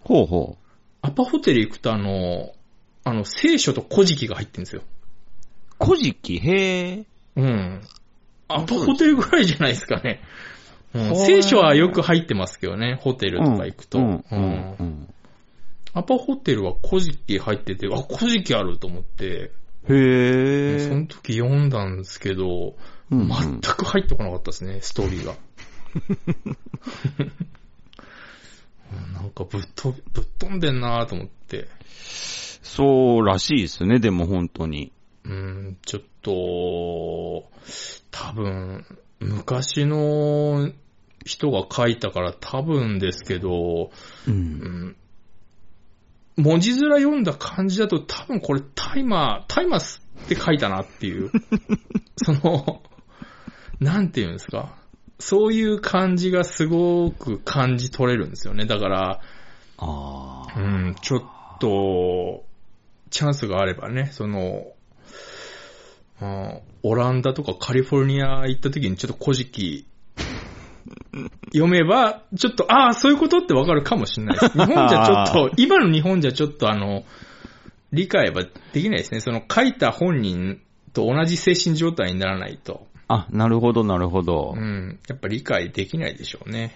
Speaker 2: ほうほう。
Speaker 1: アパホテル行くとあの、あの、聖書と古事記が入ってんですよ。
Speaker 2: 古事記へえ。
Speaker 1: うん。アパホテルぐらいじゃないですかね。うん
Speaker 2: ほう
Speaker 1: 聖書はよく入ってますけどね、ホテルとか行くと。
Speaker 2: うん。う
Speaker 1: うん
Speaker 2: ん。うん
Speaker 1: アパホテルは古事記入ってて、あ、古事記あると思って、
Speaker 2: へえ。
Speaker 1: その時読んだんですけど、
Speaker 2: うんうん
Speaker 1: 全く入ってこなかったですね、ストーリーが。 なんかぶっ飛び、ぶっ飛んでんなぁと思って。
Speaker 2: そうらしいですね、でも本当に。
Speaker 1: うん、ちょっと、多分、昔の人が書いたから多分ですけど、う
Speaker 2: う。
Speaker 1: んん、文字面読んだ感じだと多分これタイマー、タイマスって書いたなっていう。その、なんていうんですか。そういう感じがすごく感じ取れるんですよね。だから、
Speaker 2: ああ。
Speaker 1: うん、ちょっと、チャンスがあればね、その、うんオランダとかカリフォルニア行った時にちょっと古事 記読めば、ちょっと、ああ、そういうことってわかるかもしれ ないです。日本じゃちょっと、今の日本じゃちょっとあの、理解はできないですね。その書いた本人と同じ精神状態にならないと。
Speaker 2: あ、なるほど、なるほど。
Speaker 1: うん。やっぱ理解できないでしょうね。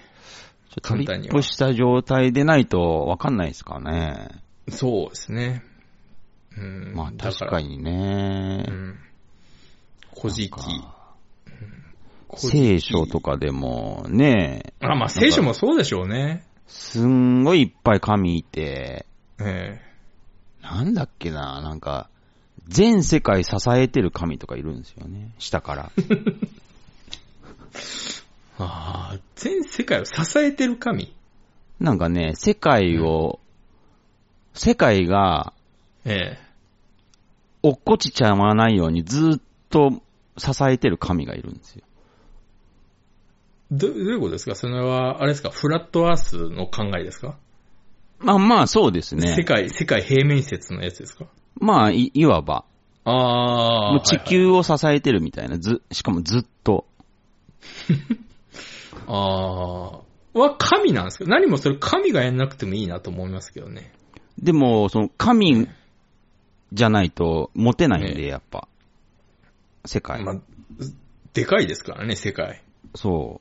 Speaker 2: ちょっとトリ
Speaker 1: 簡単に
Speaker 2: ッ
Speaker 1: は
Speaker 2: プした状態でないとわかんないですかね。
Speaker 1: そうですね。うん。
Speaker 2: まあ
Speaker 1: だ
Speaker 2: 確
Speaker 1: ら
Speaker 2: かにね
Speaker 1: う。ん。古事記。
Speaker 2: なんか
Speaker 1: 古事記
Speaker 2: 聖書と。かでもね、
Speaker 1: あ、まあ聖書もそうでしょうね。
Speaker 2: すんごいいっぱい神いて、
Speaker 1: え
Speaker 2: なんだっけな、なんか、全世界支えてる神とかいるんですよね。下 から。
Speaker 1: えああ、全世界を支えてる神。
Speaker 2: なんかね、世界を、世界が
Speaker 1: ええ
Speaker 2: 落っこちちゃわないようにずっと支えてる神がいるんですよ。
Speaker 1: どどういうことですかそれは、あれですかフラットアースの考えですか、
Speaker 2: まあまあ、そうですね
Speaker 1: 世。界、世界平面説のやつですか
Speaker 2: まあ、いいわば。
Speaker 1: ああ。
Speaker 2: もう地球を支えてるみたいな、ず、しかもずっと。
Speaker 1: ああ。は神なんですけど、何もそれ神がやんなくてもいいなと思いますけどね。
Speaker 2: でも、その神じゃないと持てないん
Speaker 1: ね
Speaker 2: で、やっぱ。世界。
Speaker 1: まあ、でかいですからね、世界。
Speaker 2: そ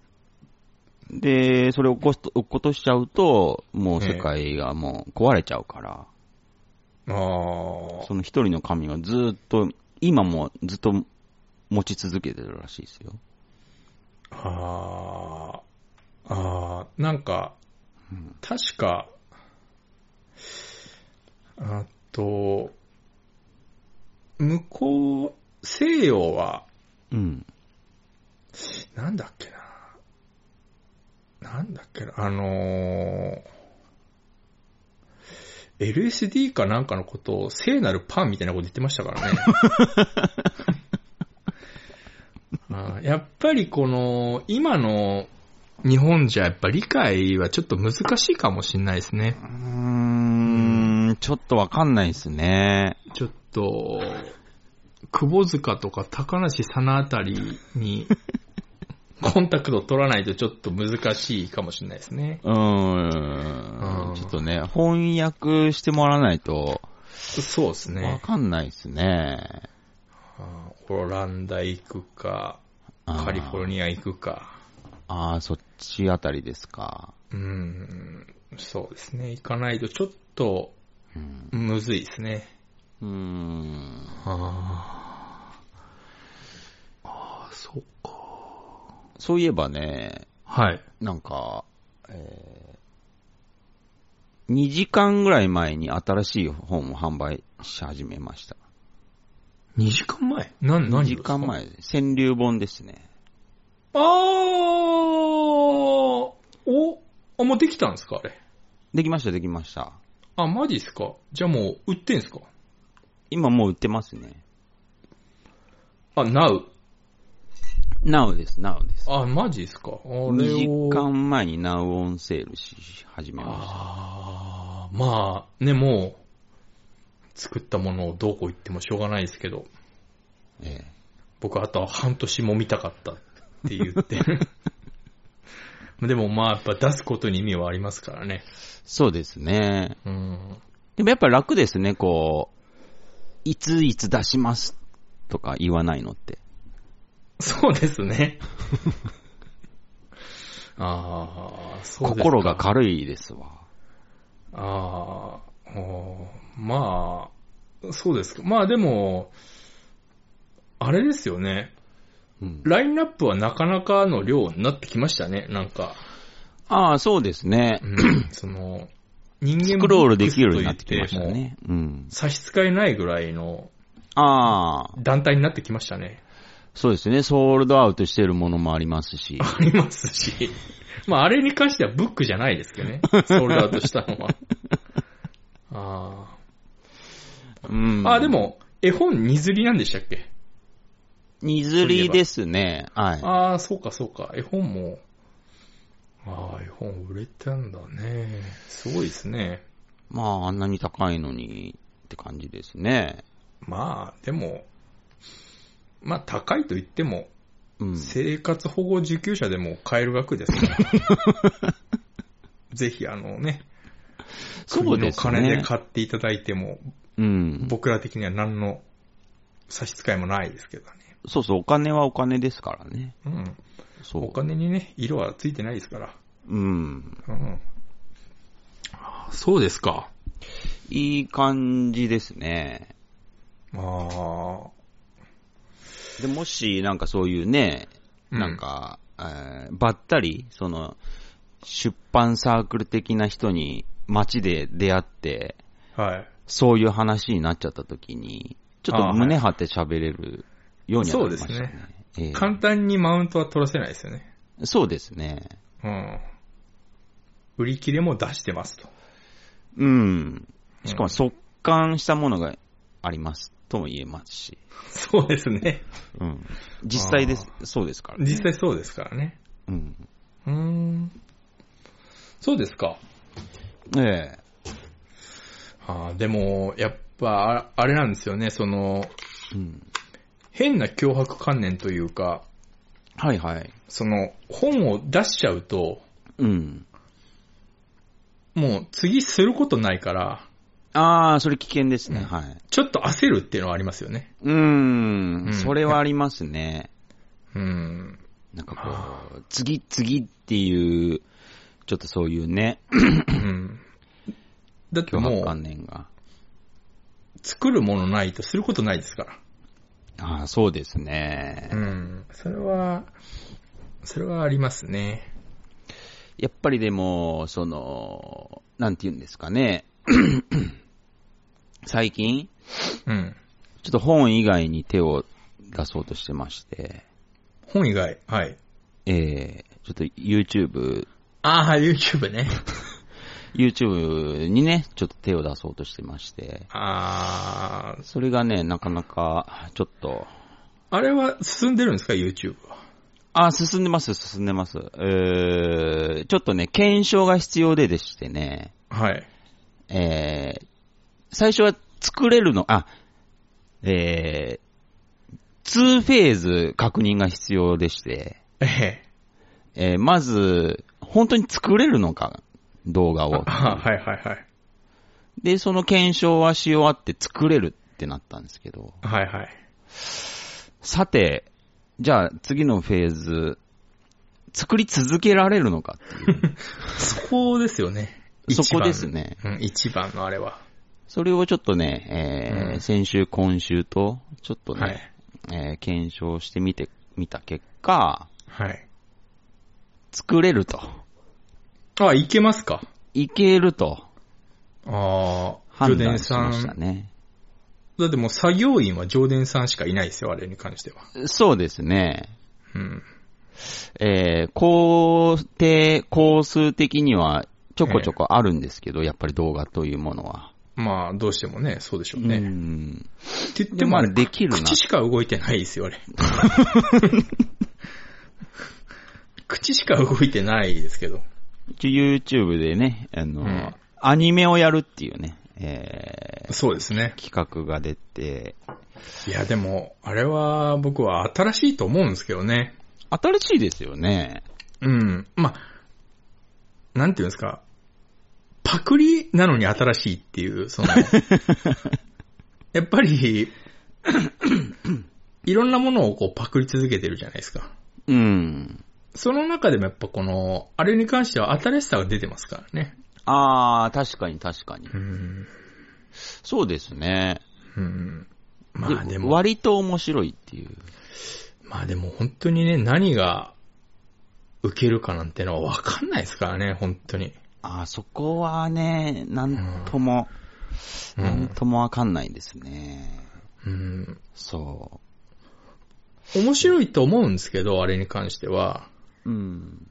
Speaker 2: う。で、それを起こすと、落っことしちゃうと、もう世界がもう壊れちゃうから、
Speaker 1: ああ。
Speaker 2: その一人の神がずっと、今もずっと持ち続けてるらしいですよ。
Speaker 1: ああ、ああ、なんか、確か、あと、向こう、西洋は、
Speaker 2: うん。
Speaker 1: なんだっけな。なんだっけな、あのー LSD かなんかのことを聖なるパンみたいなこと言ってましたからね。あーやっぱりこの、今の日本じゃやっぱ理解はちょっと難しいかもしれないですね。
Speaker 2: うーん、ちょっとわかんないですね。
Speaker 1: ちょっと、窪塚とか高梨沙那あたり にコンタクト取らないとちょっと難しいかもしれないですね。
Speaker 2: うー
Speaker 1: うん
Speaker 2: ん。ちょっとね、翻訳してもらわないと、
Speaker 1: そうです
Speaker 2: わ
Speaker 1: ね。
Speaker 2: かんないですね。
Speaker 1: あーオランダ行くか、カリフォル
Speaker 2: ニ
Speaker 1: ニア行くか。
Speaker 2: ア。あーそっちあたりですか。
Speaker 1: うん、そうですね。行かないとちょっと
Speaker 2: うん。
Speaker 1: むずいですね。
Speaker 2: うーん。
Speaker 1: ああ、そうか。
Speaker 2: そういえばね、
Speaker 1: はい。
Speaker 2: なんか、えー、2時間ぐらい前に新しい本を販売し始めました。
Speaker 1: 2時間前な、何
Speaker 2: 2
Speaker 1: を
Speaker 2: 時間。前、川柳本ですね。
Speaker 1: あーお、あ、もうできたんですかあれ。
Speaker 2: できました、できました。
Speaker 1: あ、マジっすかじゃあもう売ってんすか
Speaker 2: 今もう売ってますね。
Speaker 1: あ、Now。
Speaker 2: Now です、Now です。
Speaker 1: あ、マジっすかあれを。
Speaker 2: 2時間前に Now オンセールし始めまし
Speaker 1: ああ、まあ、ね、もう、作ったものをどうこう言ってもしょうがないですけど、
Speaker 2: た。え
Speaker 1: 僕あとは半年も見たかったって言って。でもまあ、やっぱ出すことに意味はありますからね。
Speaker 2: えそうですね。
Speaker 1: うん。
Speaker 2: でもやっぱ楽ですね、こう、いついつ出しますとか言わないのって。
Speaker 1: そうですね。 ああ、そうですか
Speaker 2: 心が軽いですわ。
Speaker 1: ああ、おーまあ、そうですか。まあでも、あれですよね。
Speaker 2: うん、
Speaker 1: ラインナップはなかなかの量になってきましたね、なんか。
Speaker 2: ああ、そうですね
Speaker 1: う。ん、 その、人間
Speaker 2: スクロールできるようになってきました
Speaker 1: ボックスと言っても。
Speaker 2: ね。うん。
Speaker 1: 差し支えないぐらいの
Speaker 2: ああ、
Speaker 1: 団体になってきましたね。
Speaker 2: そうですね。ソールドアウトしてるものもありますし。
Speaker 1: ありますし。まあ、あれに関してはブックじゃないですけどね。ソールドアウトしたの は。あ
Speaker 2: うん。
Speaker 1: あ。あ、で。も、絵本荷刷りなんでしたっけ
Speaker 2: 荷刷りですね。はい。
Speaker 1: ああ、そうかそうか。絵本も。ああ、絵本売れたんだね。すごいですね。
Speaker 2: まあ、あんなに高いのにって感じですね。
Speaker 1: まあ、でも、まあ、高いと言っても、
Speaker 2: うん。
Speaker 1: 生活保護受給者でも買える額 ですから。ぜひ、あのね、
Speaker 2: そうで
Speaker 1: 国の
Speaker 2: す
Speaker 1: 金で
Speaker 2: ね。
Speaker 1: 買っていただいても、
Speaker 2: うん。
Speaker 1: 僕ら的には何の差し支えもないですけどね。
Speaker 2: そうそう、お金はお金ですからね。
Speaker 1: うん。
Speaker 2: そ
Speaker 1: お
Speaker 2: う。
Speaker 1: 金にね、色はついてないですから。
Speaker 2: うん。
Speaker 1: うん。そうですか。
Speaker 2: いい感じですね。
Speaker 1: まあ、
Speaker 2: で、もし、なんかそういうね、
Speaker 1: うん
Speaker 2: なんか、えーばったり、その、出版サークル的な人に街で出会って、
Speaker 1: はい。
Speaker 2: そういう話になっちゃった時に、ちょっ
Speaker 1: あーは
Speaker 2: と
Speaker 1: い
Speaker 2: 胸張って喋れるようにはなりましたね。
Speaker 1: そうで
Speaker 2: ええ
Speaker 1: 簡単にマウントは取らせないですよね。
Speaker 2: そうですね。
Speaker 1: うん。売り切れも出してますと。
Speaker 2: うん。しかも速乾したものがありますとも言えますし。
Speaker 1: そうですね。
Speaker 2: うん。実際です、そうですから、ね。
Speaker 1: 実際そうですからね。
Speaker 2: うん。
Speaker 1: うーん。そうですか。
Speaker 2: え
Speaker 1: あーでも、やっぱ、ああれなんですよね、その、
Speaker 2: えうん。
Speaker 1: 変な脅迫観念というか、
Speaker 2: はいはい。
Speaker 1: その、本を出しちゃうと、
Speaker 2: うん。
Speaker 1: もう次することないから、
Speaker 2: ああ、それ危険ですね。
Speaker 1: うん
Speaker 2: はい。
Speaker 1: ちょっと焦るっていうのはありますよね。
Speaker 2: うーん,、
Speaker 1: うん
Speaker 2: ん。それはあります ね。
Speaker 1: うん。
Speaker 2: なんかこう、次、次っていう、ちょっとそういうね、
Speaker 1: うんだって
Speaker 2: 脅迫
Speaker 1: も
Speaker 2: 観
Speaker 1: う、
Speaker 2: 念が。
Speaker 1: 作るものないとすることないですから。
Speaker 2: ああ、そうですね、
Speaker 1: うん。それは、それはありますね。
Speaker 2: やっぱりでも、その、なんて言うんですかね。 最近、
Speaker 1: うん。
Speaker 2: ちょっと本以外に手を出そうとしてまして、
Speaker 1: 本以外、はい。
Speaker 2: ええちょっと YouTube、
Speaker 1: ああ、YouTube ね。
Speaker 2: YouTube にね、ちょっと手を出そうとしてまして、
Speaker 1: ああ、
Speaker 2: それがね、なかなか、ちょっと、
Speaker 1: あれは進んでるんですか、YouTube は。
Speaker 2: あ、進んでます、進んでます。えー、ちょっとね、検証が必要ででしてね、
Speaker 1: はい。
Speaker 2: えー、最初は作れるの、あ、えー、2フェーズ確認が必要でして、
Speaker 1: ええ。
Speaker 2: えー、まず、本当に作れるのか、動画を。
Speaker 1: あはいはいはい。
Speaker 2: で、その検証はし終わって作れるってなったんですけど、
Speaker 1: はいはい。
Speaker 2: さて、じゃあ次のフェーズ、作り続けられるのかっていう。
Speaker 1: そこですよね。
Speaker 2: そ
Speaker 1: 一
Speaker 2: こ
Speaker 1: 番
Speaker 2: です。ね。
Speaker 1: うん、一番のあれは。
Speaker 2: それをちょっとね、えー
Speaker 1: うん
Speaker 2: 先週、今週と、ちょっとね、
Speaker 1: はい。
Speaker 2: えー検証してみて、みた結果、
Speaker 1: はい。
Speaker 2: 作れると。
Speaker 1: あ、いけますか
Speaker 2: いけると
Speaker 1: ああ、
Speaker 2: 判
Speaker 1: 上田
Speaker 2: 断し
Speaker 1: さ
Speaker 2: ました
Speaker 1: ん。
Speaker 2: ね。
Speaker 1: だってもう作業員は上田さんしかいないですよ、あれに関しては。
Speaker 2: そうですね。
Speaker 1: うん。
Speaker 2: えー、工程、工数的にはちょこちょこあるんですけど、やっぱり動画というものは。
Speaker 1: まあ、どうしてもね、そうでしょう
Speaker 2: う
Speaker 1: ね。
Speaker 2: ん。
Speaker 1: って言ってもあれ、
Speaker 2: でまあできるな
Speaker 1: 口しか動いてないですよ、あれ。 口しか動いてないですけど。
Speaker 2: 一応 YouTube でね、あの、
Speaker 1: うん
Speaker 2: アニメをやるっていうね、えー、
Speaker 1: そうですね。
Speaker 2: 企画が出て、
Speaker 1: いや、でも、あれは僕は新しいと思うんですけどね。
Speaker 2: 新しいですよね。
Speaker 1: うん。まあ、なんていうんですか。パクリなのに新しいっていう、その、やっぱり、 いろんなものをこうパクり続けてるじゃないですか。
Speaker 2: うん。
Speaker 1: その中でもやっぱこの、あれに関しては新しさが出てますからね。
Speaker 2: あー、確かに確かに
Speaker 1: う。ん。
Speaker 2: そうですね。
Speaker 1: うん。まあでも、
Speaker 2: 割と面白いっていう。
Speaker 1: まあでも本当にね、何が受けるかなんてのは分かんないですからね、本当に。
Speaker 2: あー、そこはね、なんとも、
Speaker 1: うん
Speaker 2: なんともわかんないですね。
Speaker 1: うん。
Speaker 2: そ
Speaker 1: 面白いと思うんですけど、あれに関しては。
Speaker 2: う。うん。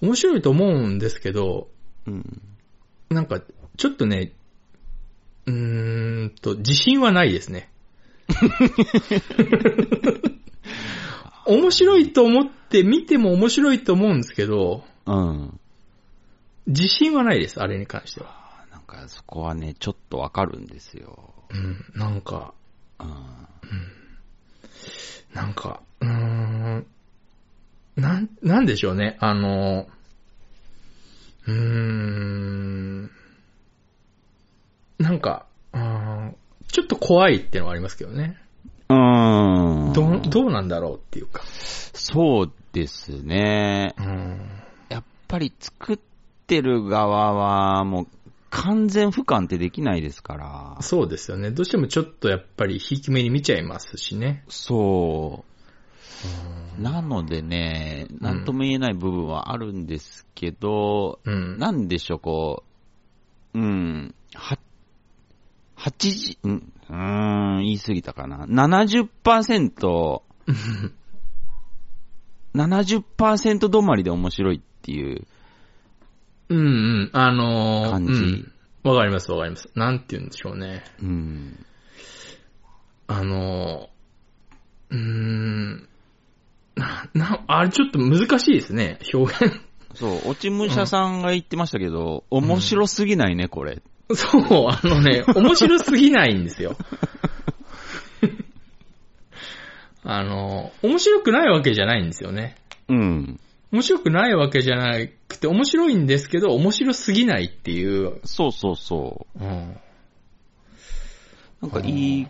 Speaker 1: 面白いと思うんですけど、
Speaker 2: うん。
Speaker 1: なんか、ちょっとね、うーんと、自信はないですね。面白いと思って見ても面白いと思うんですけど、
Speaker 2: うん。
Speaker 1: 自信はないです、あれに関しては。
Speaker 2: あーなんからそこはね、ちょっとわかるんですよ。
Speaker 1: うん、なんか、
Speaker 2: うん。
Speaker 1: なんか、うーん、なん、なんでしょうね、あの、うーん、なんか、うーんちょっと怖いっていうのはありますけどね。
Speaker 2: うん。
Speaker 1: どう、どうなんだろうっていうか。
Speaker 2: そうですね。
Speaker 1: うん、
Speaker 2: やっぱり作ってる側は、もう完全俯瞰ってできないですから。
Speaker 1: そうですよね。どうしてもちょっとやっぱりひいき目に見ちゃいますしね。
Speaker 2: そう。なのでね、なんとも言えない部分はあるんですけど、
Speaker 1: うん。
Speaker 2: なんでしょう、こう、うん、は、8時、うん、うーん、言い過ぎたかな。70%、70%止まりで面白いっていう
Speaker 1: うんうん。あのー
Speaker 2: 感じ
Speaker 1: うんわ、かりますわかります。なんて言うんでしょうね。
Speaker 2: うん。
Speaker 1: あのー、うーん、な、な、あれちょっと難しいですね、表現。
Speaker 2: そう、落ち武者さんが言ってましたけど、面白すぎないね、これ。
Speaker 1: そう、あのね、面白すぎないんですよ。 あの、面白くないわけじゃないんですよね。
Speaker 2: うん。
Speaker 1: 面白くないわけじゃなくて、面白いんですけど、面白すぎないっていう。
Speaker 2: そうそうそ
Speaker 1: うん。
Speaker 2: う。なんかいい、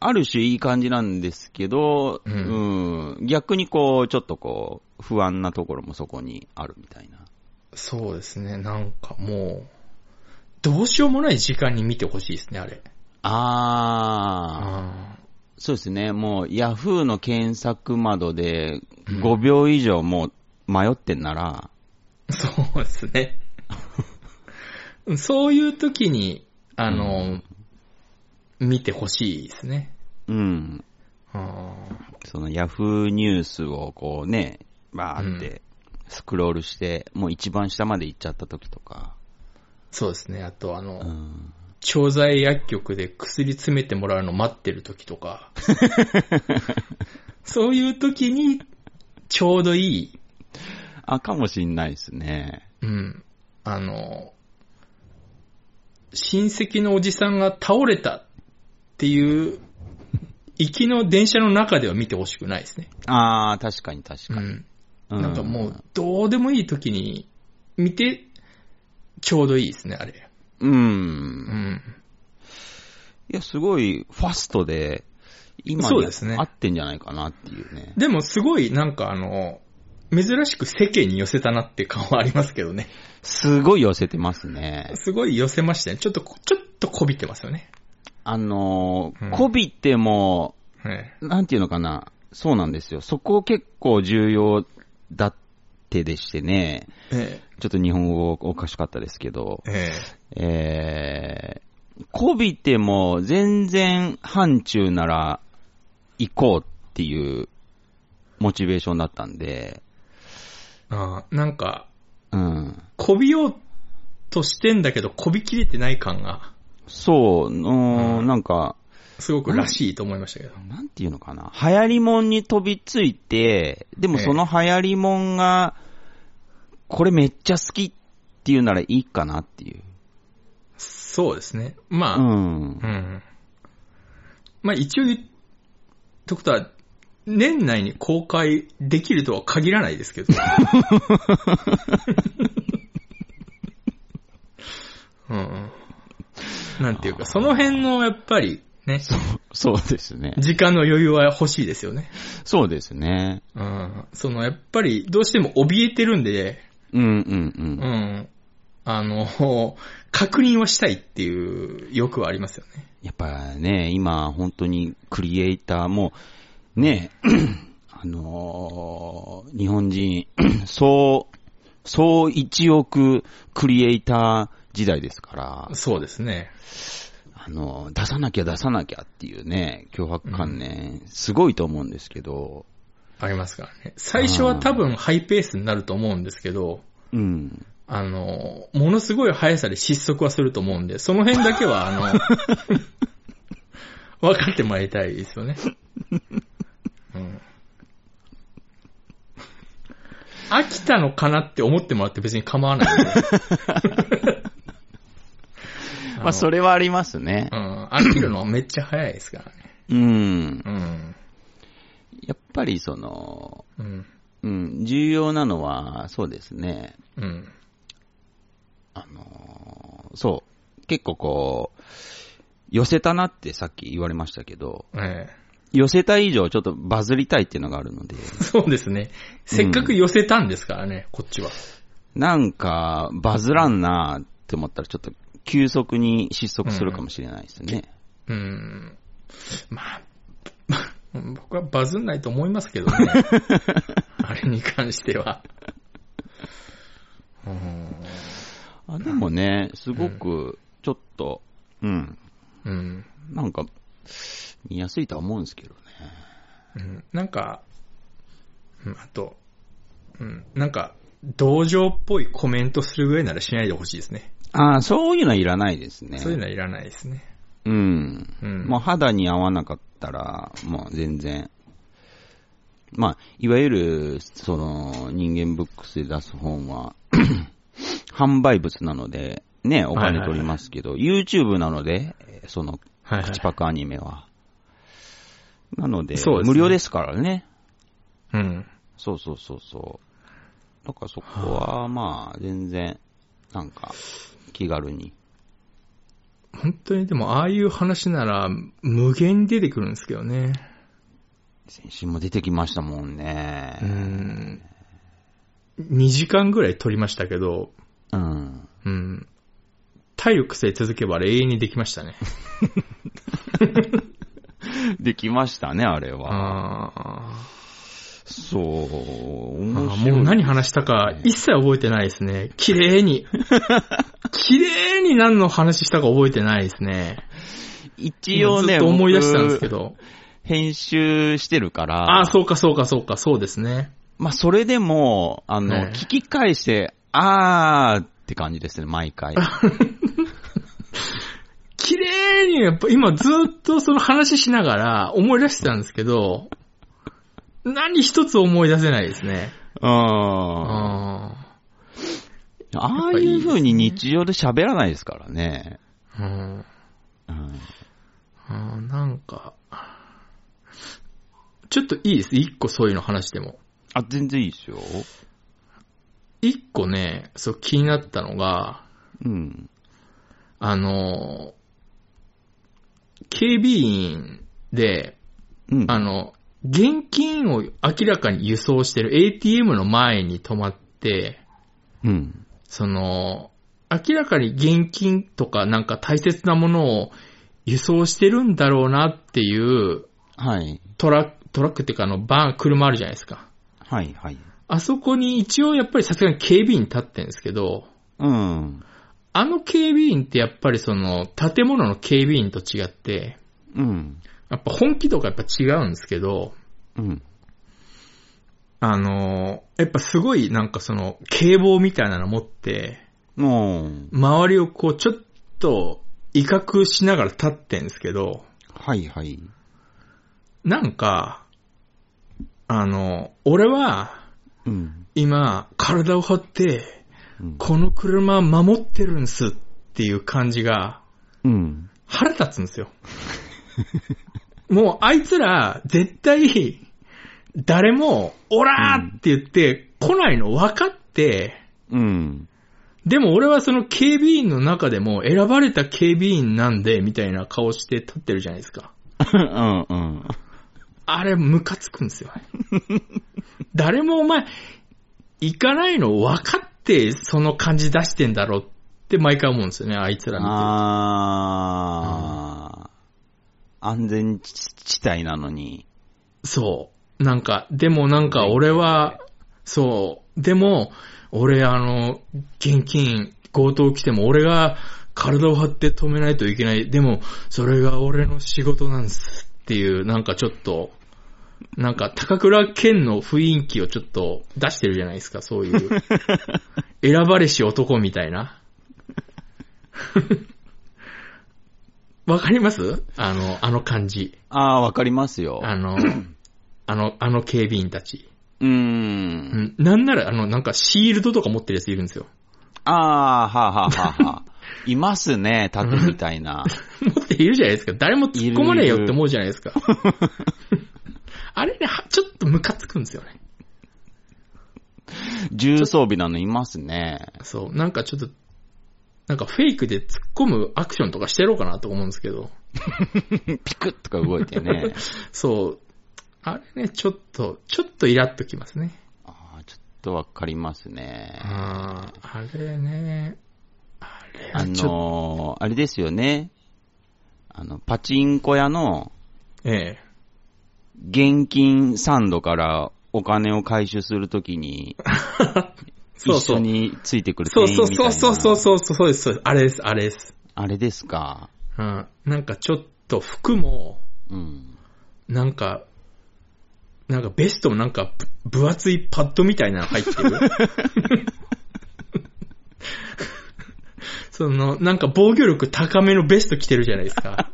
Speaker 2: ある種いい感じなんですけど、う、
Speaker 1: うん
Speaker 2: 逆にこう、ちょっとこう、不安なところもそこにあるみたいな。
Speaker 1: そうですね、なんかもう、どうしようもない時間に見てほしいですね、あれ。
Speaker 2: あ
Speaker 1: あ
Speaker 2: ー。そうですね、もうヤフーの検索窓で
Speaker 1: うん
Speaker 2: 5秒以上もう迷ってんなら、
Speaker 1: ーそうですね。そういう時に、あの、見てほしいですね。
Speaker 2: うん、
Speaker 1: うん
Speaker 2: そのヤフーニュースをこうね、バーってスクロールして、もう一番下まで行っちゃった時とか、
Speaker 1: そうですね。あと、あの、
Speaker 2: うん、
Speaker 1: 調剤薬局で薬詰めてもらうの待ってる時と か、そういう時に、ちょうどいい、
Speaker 2: あ、かもしんないですね。
Speaker 1: うん、あの、親戚のおじさんが倒れたっていう、行きの電車の中では見てほしくないですね。
Speaker 2: あー、確かに確
Speaker 1: う
Speaker 2: かに。
Speaker 1: ん。
Speaker 2: う
Speaker 1: なんかもう、どうでもいい時に見て、ちょうどいいですね、あれ。
Speaker 2: う。
Speaker 1: うんん。
Speaker 2: いや、すごいファストで、今
Speaker 1: そう
Speaker 2: に
Speaker 1: ですね
Speaker 2: 合ってんじゃないかなっていうね。
Speaker 1: でもすごいなんかあの、珍しく世間に寄せたなって感はありますけどね。
Speaker 2: すごい寄せてますね。
Speaker 1: すごい寄せましたね。ちょっと、ちょっとこびてますよね。
Speaker 2: あのー
Speaker 1: うん
Speaker 2: こびても、
Speaker 1: はい。
Speaker 2: なんていうのかな、そうなんですよ。そこ結構重要だってでしてね、
Speaker 1: え
Speaker 2: ちょっと日本語おかしかったですけど、
Speaker 1: え。え
Speaker 2: えー、こびても全然範疇なら行こうっていうモチベーションだったんで、
Speaker 1: ああなんか、
Speaker 2: うん。
Speaker 1: こびようとしてんだけど、こびきれてない感が、
Speaker 2: そう、のー
Speaker 1: うん
Speaker 2: なんか、
Speaker 1: すごくらしいと思いましたけど。
Speaker 2: なんていうのかな、流行りもんに飛びついて、でもその流行りもんが、これめっちゃ好きっていうならいいかなっていう。
Speaker 1: そうですね。
Speaker 2: う
Speaker 1: まあ、
Speaker 2: ん
Speaker 1: う。ん。まあ一応言っとくとは、年内に公開できるとは限らないです けど。うん。なんていうか、その辺のやっぱりね、
Speaker 2: そうです ね。
Speaker 1: 時間の余裕は欲しいですよね。
Speaker 2: そうですね。
Speaker 1: うん。そのやっぱりどうしても怯えてるんで、
Speaker 2: うんうん
Speaker 1: う
Speaker 2: うん。
Speaker 1: ん。あの、確認をしたいっていう欲はありますよね。
Speaker 2: やっぱね、今本当にクリエイターも、ね、 あのー日本人、 そう、そう1億クリエイター時代ですから。
Speaker 1: そうですね。
Speaker 2: あの、出さなきゃ出さなきゃっていうね、脅迫観念、すごいと思うんですけど、
Speaker 1: ありますからね。最初は多分ハイペースになると思うんですけど、
Speaker 2: うん。
Speaker 1: あの、ものすごい速さで失速はすると思うんで、その辺だけは、あの、分かってもらいたいですよね。うん。飽きたのかなって思ってもらって別に構わないんで。
Speaker 2: まあ、それはありますね
Speaker 1: う。ん。飽きるのめっちゃ早いですからね。
Speaker 2: うん。
Speaker 1: うん。
Speaker 2: やっぱりその、
Speaker 1: うん。
Speaker 2: うん、重要なのは、そうですね。
Speaker 1: うん。
Speaker 2: あのーそう。結構こう、寄せたなってさっき言われましたけど、
Speaker 1: ええ
Speaker 2: 寄せた以上ちょっとバズりたいっていうのがあるので、
Speaker 1: そうですね。せっかく寄せたんですからね、こっちは。
Speaker 2: なんかバズらんなーって思ったらちょっと急速に失速するかもしれないですね。
Speaker 1: うん。まあ、 僕はバズんないと思います けどね。あれに関しては。うん。
Speaker 2: あでもね、すごくちょっと、うん、
Speaker 1: うん。
Speaker 2: なんか見やすいとは思うんですけどね。
Speaker 1: うんなんか、うんあと、うん、なんか、同情っぽいコメントするぐらいならしないでほしいですね。
Speaker 2: ああ、そういうのはいらないですね。
Speaker 1: そういうのはいらないですね。
Speaker 2: うん。
Speaker 1: うん。
Speaker 2: もう肌に合わなかったら、もう全然。まあ、いわゆる、その、人間ブックスで出す本は、 販売物なので、ね、お金取りますけど、YouTube なので、その、
Speaker 1: はいはい
Speaker 2: 口パクアニメは。なので、
Speaker 1: そうですね
Speaker 2: 無料ですからね。
Speaker 1: うん。
Speaker 2: そうそうそうそう。だからそこは、まあ、全然、なんか、気軽に。
Speaker 1: 本当にでも、ああいう話なら、無限に出てくるんですけどね。
Speaker 2: 先週も出てきましたもんね。
Speaker 1: うん。2時間ぐらい撮りましたけど、
Speaker 2: うん。
Speaker 1: うん。体力さえ続けばあれ永遠にできましたね。
Speaker 2: できましたね、あれは。
Speaker 1: ああ
Speaker 2: そう、
Speaker 1: ー。
Speaker 2: 面白い。
Speaker 1: もう何話したか一切覚えてないですね。綺麗に。綺麗に何の話したか覚えてないですね。
Speaker 2: 一応
Speaker 1: ず
Speaker 2: ね、
Speaker 1: っと思い出したんですけど。
Speaker 2: 僕編集してるから、
Speaker 1: ああー、そうかそうかそうか、そうですね。
Speaker 2: まあ、それでも、あの、
Speaker 1: ね
Speaker 2: 聞き返して、あーって感じですね、毎 回。
Speaker 1: 綺麗に、やっぱ今ずっとその話しながら思い出してたんですけど、何一つ思い出せないですね。
Speaker 2: うん。あ
Speaker 1: あ
Speaker 2: あいう風に日常で喋らないですからね。
Speaker 1: ーうん
Speaker 2: うん、
Speaker 1: あーなんか、ちょっといいです。一個そういうの話しても。
Speaker 2: あ、全然いいですよ。
Speaker 1: 一個ね、そう気になったのが、
Speaker 2: うん。
Speaker 1: あのー、警備員で、
Speaker 2: うん。
Speaker 1: あの、現金を明らかに輸送してる ATM の前に止まって、
Speaker 2: うん。
Speaker 1: その、明らかに現金とかなんか大切なものを輸送してるんだろうなっていう
Speaker 2: はい。
Speaker 1: トラック、トラックっていうかあのバン、車あるじゃないですか。
Speaker 2: はい、はい。
Speaker 1: あそこに一応やっぱりさすがに警備員立ってるんですけど、
Speaker 2: うん。
Speaker 1: あの警備員ってやっぱりその建物の警備員と違って、
Speaker 2: うん。
Speaker 1: やっぱ本気とかやっぱ違うんですけど、
Speaker 2: うん。
Speaker 1: あのーやっぱすごいなんかその警棒みたいなの持って、
Speaker 2: もう、
Speaker 1: 周りをこうちょっと威嚇しながら立ってんですけど、
Speaker 2: はい、はい。
Speaker 1: なんか、あの、俺は
Speaker 2: うん。
Speaker 1: 今体を張って
Speaker 2: うん
Speaker 1: この車守ってるんすっていう感じが
Speaker 2: うん。
Speaker 1: 腹立つんですよ。 もうあいつら絶対誰もオラーって言って来ないの分かって、
Speaker 2: うん。
Speaker 1: でも俺はその警備員の中でも選ばれた警備員なんでみたいな顔して立ってるじゃないですか。
Speaker 2: うんうん。
Speaker 1: あれムカつくんですよね。誰もお前行かないの分かってその感じ出してんだろうって毎回思うんですよね、あいつら見てると
Speaker 2: あー、安全地帯なのに。
Speaker 1: そう。なんか、でもなんか俺は、そう。でも、俺あの、現金、強盗来ても俺が体を張って止めないといけない。でも、それが俺の仕事なんですっていう、なんかちょっと、なんか高倉健の雰囲気をちょっと出してるじゃないですか、そういう。選ばれし男みたいな。わかりますあの、あの感じ。
Speaker 2: あー、わかりますよ。
Speaker 1: あ の、あの、あの警備員たち。
Speaker 2: うー。
Speaker 1: うんん。なんなら、あの、なんかシールドとか持ってるやついるんですよ。
Speaker 2: あー、はあはあはあはあ。いますね、タトゥーみたい な。
Speaker 1: 持っているじゃないですか。誰も突っ込まねえよって思うじゃないですか。 あれね、はちょっとムカつくんですよね。
Speaker 2: 重装備なのいますね。
Speaker 1: そう。なんかちょっと、なんかフェイクで突っ込むアクションとかしてやろうかなと思うんですけど。
Speaker 2: ピクッとか動いてね。
Speaker 1: そう。あれね、ちょっと、ちょっとイラっときますね。
Speaker 2: ああ、ちょっとわかりますね。
Speaker 1: あーあれね。あれは
Speaker 2: あ
Speaker 1: ちょっと、
Speaker 2: のー、あれですよね。あの、パチンコ屋の
Speaker 1: ええ。
Speaker 2: 現金サンドからお金を回収するときに、
Speaker 1: そう
Speaker 2: 一
Speaker 1: そう
Speaker 2: 緒についてくる
Speaker 1: そう
Speaker 2: 店員
Speaker 1: そう
Speaker 2: みたい
Speaker 1: そう
Speaker 2: な。
Speaker 1: そうそうそうそうそうです。そうですあれです、あれです。
Speaker 2: あれですか。
Speaker 1: うん。なんかちょっと服も、
Speaker 2: うん。
Speaker 1: なんか、なんかベストもなんかぶ分厚いパッドみたいなの入ってる。その、なんか防御力高めのベスト着てるじゃないですか。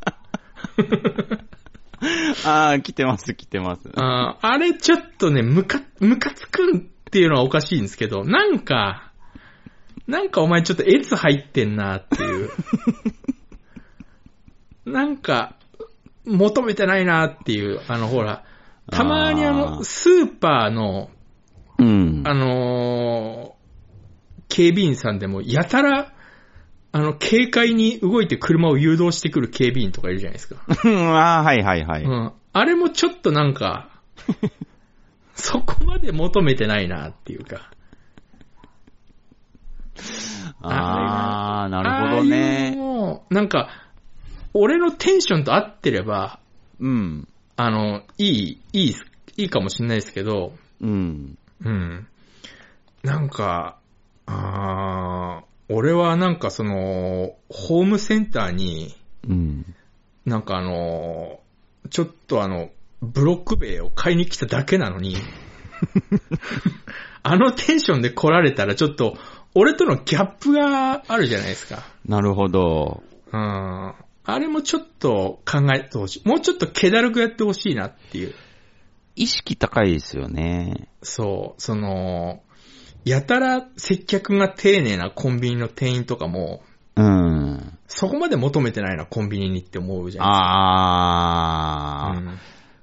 Speaker 2: ああ、来てます、来てます。
Speaker 1: あーあれちょっとね、ムカ、ムカつくんっていうのはおかしいんですけど、なんか、なんかお前ちょっとエツ入ってんなって いう。なんか、求めてないなっていう、あのほら、たまにあ
Speaker 2: あ
Speaker 1: の、
Speaker 2: ー
Speaker 1: スーパーの、
Speaker 2: うん。
Speaker 1: あのー警備員さんでも、やたら、あの、警戒に動いて車を誘導してくる警備員とかいるじゃないですか。
Speaker 2: うん あーはいはいはい。
Speaker 1: うん。あれもちょっとなん か、そこまで求めてないなっていうか。
Speaker 2: ああ、なるほど
Speaker 1: ああいう
Speaker 2: ね。
Speaker 1: のなんか、俺のテンションと合ってれば、
Speaker 2: うん。
Speaker 1: あの、いい、いい、いいかもしれないですけど、
Speaker 2: うん。
Speaker 1: うん。なんか、あー俺はなんかその、ホームセンターに、
Speaker 2: うん。
Speaker 1: なんかあの、ちょっとあの、ブロック塀を買いに来ただけなのに、あのテンションで来られたらちょっと、俺とのギャップがあるじゃないですか。
Speaker 2: なるほど。
Speaker 1: うん。あれもちょっと考えてほしい。もうちょっと気だるくやってほしいなっていう。
Speaker 2: 意識高いですよね。
Speaker 1: そう、その、やたら接客が丁寧なコンビニの店員とかも、
Speaker 2: うん。
Speaker 1: そこまで求めてないな、コンビニにって思うじゃないですか。
Speaker 2: ああ、
Speaker 1: うん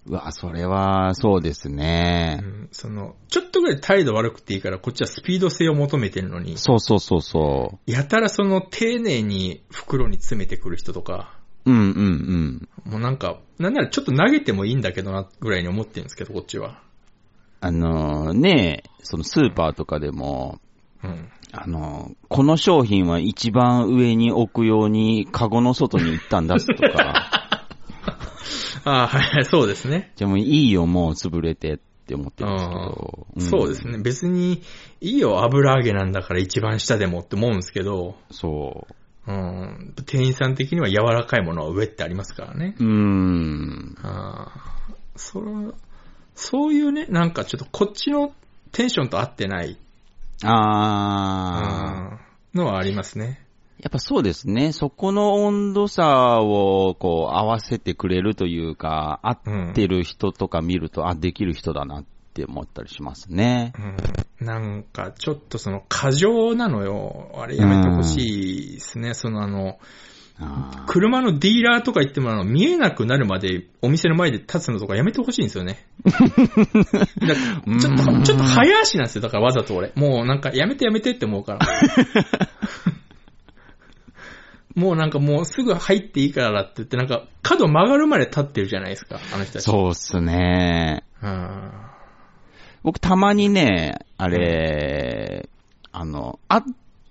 Speaker 2: うわ、それは、そうですね
Speaker 1: う。んその、ちょっとぐらい態度悪くていいから、こっちはスピード性を求めてるのに、
Speaker 2: そうそうそうそ
Speaker 1: やたらその丁寧に袋に詰めてくる人とか、
Speaker 2: う。うんうんうん。
Speaker 1: もうなんか、なんならちょっと投げてもいいんだけどな、ぐらいに思ってるんですけど、こっちは。
Speaker 2: あのーねえ、そのスーパーとかでも、
Speaker 1: うん。
Speaker 2: あのーこの商品は一番上に置くように、カゴの外に一旦出すと か、
Speaker 1: ああ、はい、そうですね。
Speaker 2: じゃあもういいよ、もう潰れてって思ってるんですけど。ん
Speaker 1: そうです。ね。別に、いいよ、油揚げなんだから一番下でもって思うんですけど、
Speaker 2: そう。
Speaker 1: うん、店員さん的には柔らかいものは上ってありますからね。
Speaker 2: うーん。
Speaker 1: ああ、その、そういうね、なんかちょっとこっちのテンションと合ってない、
Speaker 2: ああ、
Speaker 1: うんのはありますね。
Speaker 2: やっぱそうですね。そこの温度差をこう合わせてくれるというか、合
Speaker 1: うん
Speaker 2: ってる人とか見ると、あ、できる人だなって思ったりしますね。
Speaker 1: うん、なんかちょっとその過剰なのよ。あれやめてほしいですね。そのあの、
Speaker 2: あー
Speaker 1: 車のディーラーとか行ってもあの、見えなくなるまでお店の前で立つのとかやめてほしいんですよね。だ からちょっと、ちょっと早足なんですよ。だからわざと俺。もうなんかやめてやめてって思うから。 もうなんかもうすぐ入っていいからだって言って、なんか角曲がるまで立ってるじゃないですか、あの人たち。
Speaker 2: そうっすね。
Speaker 1: うん。
Speaker 2: 僕たまにね、あれ、あの、会っ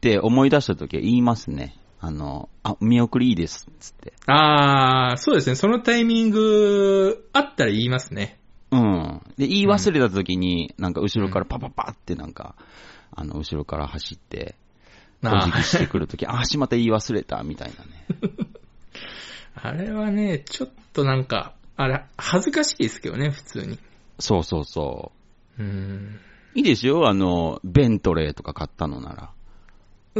Speaker 2: て思い出した時は言いますね。あの、あ、見送りいいです、つって。
Speaker 1: あー、そうですね。そのタイミング、あったら言いますね。
Speaker 2: うん。で、言い忘れた時に、なんか後ろからパパパってなんか、あの、後ろから走って、お
Speaker 1: あ
Speaker 2: 辞儀
Speaker 1: ー
Speaker 2: してくるとき、 あ、しまった言い忘れた、みたいなね。
Speaker 1: あれはね、ちょっとなんか、あれ、恥ずかしいですけどね、普通に。
Speaker 2: そうそうそう
Speaker 1: ー
Speaker 2: う。いいですよ、あの、ベントレーとか買ったのなら。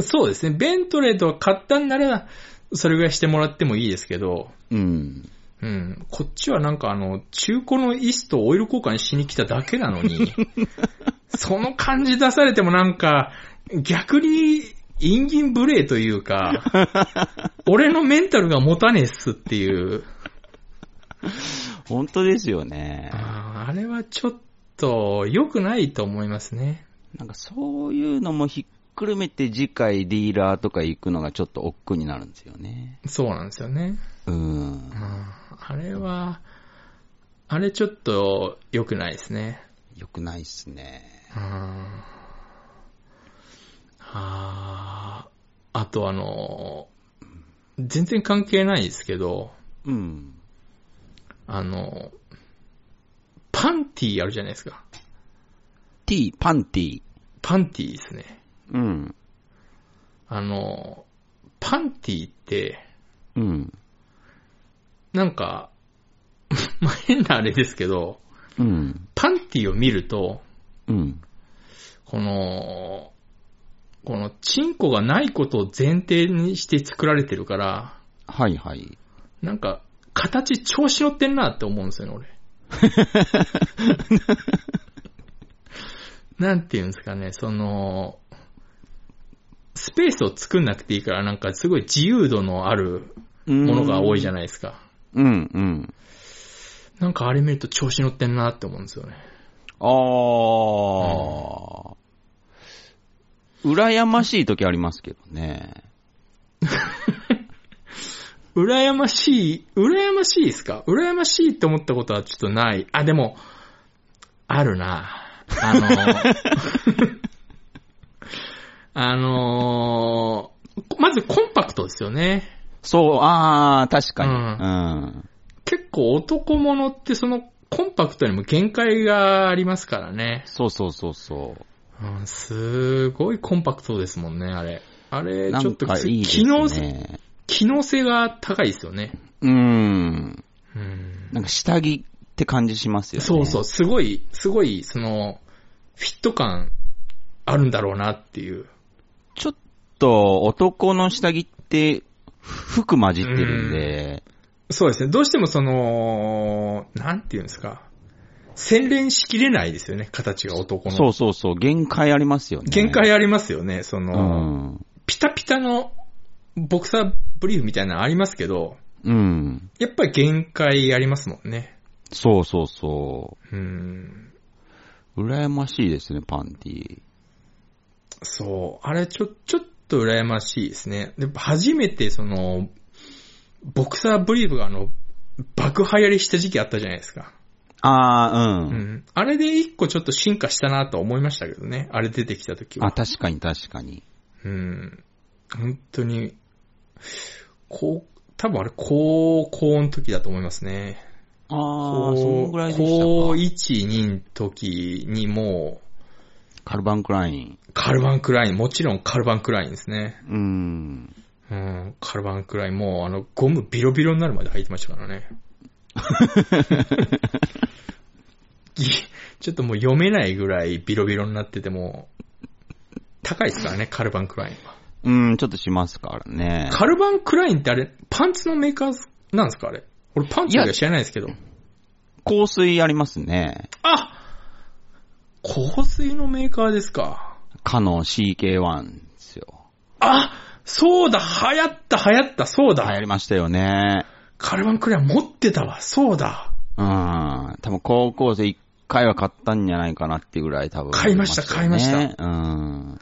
Speaker 1: ん。そうですね。ベントレーとか買ったんなら、それぐらいしてもらってもいいですけど、
Speaker 2: うん。
Speaker 1: うん。こっちはなんかあの、中古の椅子とオイル交換しに来ただけ なのに、その感じ出されてもなんか、逆に陰銀無礼という か、俺のメンタルが持たねえっすっていう。
Speaker 2: 本当ですよね。
Speaker 1: あーあれはちょっと良くないと思いますね。
Speaker 2: なんかそういうのもひっくるめて次回ディーラーとか行くのがちょっと億劫になるんですよね。
Speaker 1: そうなんですよね。
Speaker 2: う
Speaker 1: うん
Speaker 2: ん。
Speaker 1: あれは、あれちょっと良くないですね。
Speaker 2: 良くないっすね。
Speaker 1: うんあーあとあの、全然関係ないですけど、
Speaker 2: うん。
Speaker 1: あの、パンティーあるじゃないですか。
Speaker 2: ティー、パンティー。
Speaker 1: パンティーですね。
Speaker 2: うん。
Speaker 1: あの、パンティーって、
Speaker 2: うん。
Speaker 1: なんか、 まあ、変なあれですけど、
Speaker 2: うん。
Speaker 1: パンティーを見ると、
Speaker 2: うん。
Speaker 1: この、この、チンコがないことを前提にして作られてるから、
Speaker 2: はいはい。
Speaker 1: なんか、形調子乗ってんなって思うんですよね、俺。なんていうんですかね、その、スペースを作んなくていいから、なんかすごい自由度のあるものが多いじゃ
Speaker 2: ない。
Speaker 1: ないですか。
Speaker 2: うん、うん。
Speaker 1: なんかあれ見ると調子乗ってんなって思うんですよね。
Speaker 2: あー。羨ましい時ありますけどね。
Speaker 1: 羨ましい、羨ましいですか羨ましいって思ったことはちょっとない。あ、でも、あるな。あの、 あのまずコンパクトですよね。
Speaker 2: そう、あー、確かに。
Speaker 1: う
Speaker 2: うん。
Speaker 1: 結構男物ってそのコンパクトにも限界がありますからね。
Speaker 2: そうそうそうそう。
Speaker 1: うん、すごいコンパクトですもんね、あれ。あれ、
Speaker 2: な
Speaker 1: ちょっ
Speaker 2: ん
Speaker 1: と
Speaker 2: かいいです
Speaker 1: 機能性、
Speaker 2: ね。
Speaker 1: 機能性が高いですよね。
Speaker 2: うん。
Speaker 1: うん
Speaker 2: なんか下着って感じしますよね。
Speaker 1: そうそう、。すごい、すごい、その、フィット感あるんだろうなっていう。
Speaker 2: ちょっと男の下着って服混じってるんで、
Speaker 1: そうですね。どうしてもその、なんていうんですか。洗練しきれないですよね、形が男の。
Speaker 2: そうそうそう、限界ありますよね。
Speaker 1: 限界ありますよね、そうの、
Speaker 2: ん。
Speaker 1: ピタピタのボクサーブリーフみたいなのありますけど、
Speaker 2: うん。
Speaker 1: やっぱり限界ありますもんね。
Speaker 2: そうそうそ
Speaker 1: うん。
Speaker 2: う。羨ましいですね、パンティ。
Speaker 1: そう。あれ、ちょ、ちょっと羨ましいですね。で初めて、その、ボクサーブリーフがあの、爆流行りした時期あったじゃないですか。
Speaker 2: あ
Speaker 1: う
Speaker 2: ー、うん。
Speaker 1: ん。あれで一個ちょっと進化したなとは思いましたけどね。あれ出てきた時
Speaker 2: あ、
Speaker 1: は。
Speaker 2: 確かに確かに。
Speaker 1: うん。本当に、こう、多分あれ、高校の時だと思いますね。
Speaker 2: あ
Speaker 1: 高
Speaker 2: あ、そのぐらいでしたか。
Speaker 1: 高1、2の時にも
Speaker 2: カルバンクライン。
Speaker 1: う、カルバンクライン、もちろんカルバンクラインですね。
Speaker 2: うん。
Speaker 1: うん、カルバンクライン、もうあの、ゴムビロビロになるまで履いてましたからね。ぎちょっともう読めないぐらいビロビロになってても、高いですからね、カルバンクラインは。
Speaker 2: うん、ちょっとしますからね。
Speaker 1: カルバンクラインってあれ、パンツのメーカーなんですかあれ。俺パンツ
Speaker 2: い
Speaker 1: が
Speaker 2: や
Speaker 1: 知らないですけど。
Speaker 2: 香水ありますね。
Speaker 1: あ香水のメーカーですか。
Speaker 2: かの CK1 ですよ。
Speaker 1: あそうだ流行った流行ったそう
Speaker 2: 流行
Speaker 1: だ
Speaker 2: りましたよね。
Speaker 1: カルバンクライン持ってたわそうだ
Speaker 2: うん。多分高校生一回は買ったんじゃないかなってぐらい多分、。
Speaker 1: 買いました買いました
Speaker 2: うん。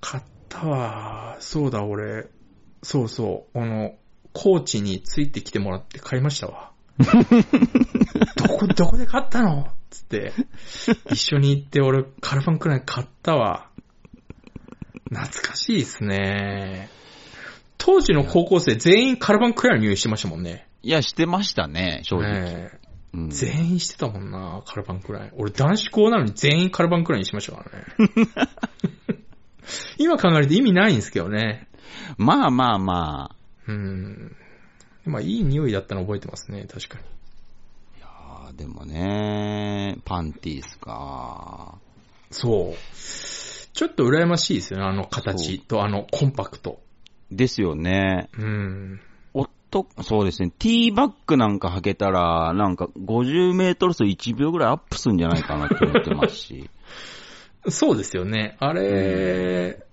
Speaker 1: 買ったわ。そうだ、俺。そうそう。あの、コーチについてきてもらって買いましたわ。どこ、どこで買ったのつって。一緒に行って俺、カルバンクライン買ったわ。懐かしいですね。当時の高校生全員カルバンクラインの匂いしてましたもんね。
Speaker 2: いや、してましたね、正直。
Speaker 1: ねえ
Speaker 2: うん、
Speaker 1: 全員してたもんな、カルバンクライン。俺男子校なのに全員カルバンクラインにしましたからね。 今考えると意味ないんですけどね。
Speaker 2: まあまあま
Speaker 1: うん。まあ、いい匂いだったの覚えてますね、確かに。
Speaker 2: あ。いやーでもね、パンティーっすか。
Speaker 1: そう。ちょっと羨ましいですよね、あの形と、あのコンパクト。
Speaker 2: ですよね。
Speaker 1: うん。
Speaker 2: 男、そうですね。ティーバッグなんか履けたら、なんか50メートル走1秒ぐらいアップするんじゃないかなって思ってますし。
Speaker 1: そうですよね。あれ、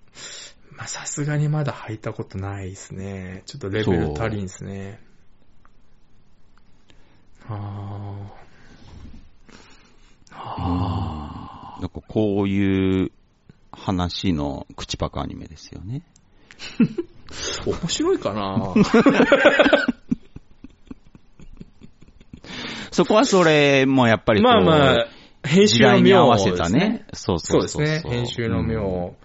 Speaker 1: まあ、さすがにまだ履いたことないですね。ちょっとレベル足りんですね。ああ。 ああ。
Speaker 2: なんかこういう話の口パクアニメですよね。
Speaker 1: 面白いかな
Speaker 2: そこはそれもやっぱりこう、
Speaker 1: まあまあ、編
Speaker 2: 時
Speaker 1: 集の
Speaker 2: 代に
Speaker 1: 妙
Speaker 2: 合
Speaker 1: を
Speaker 2: わせたね。。そう
Speaker 1: そ
Speaker 2: そうう
Speaker 1: です
Speaker 2: そうそう
Speaker 1: ね。編集の妙。を。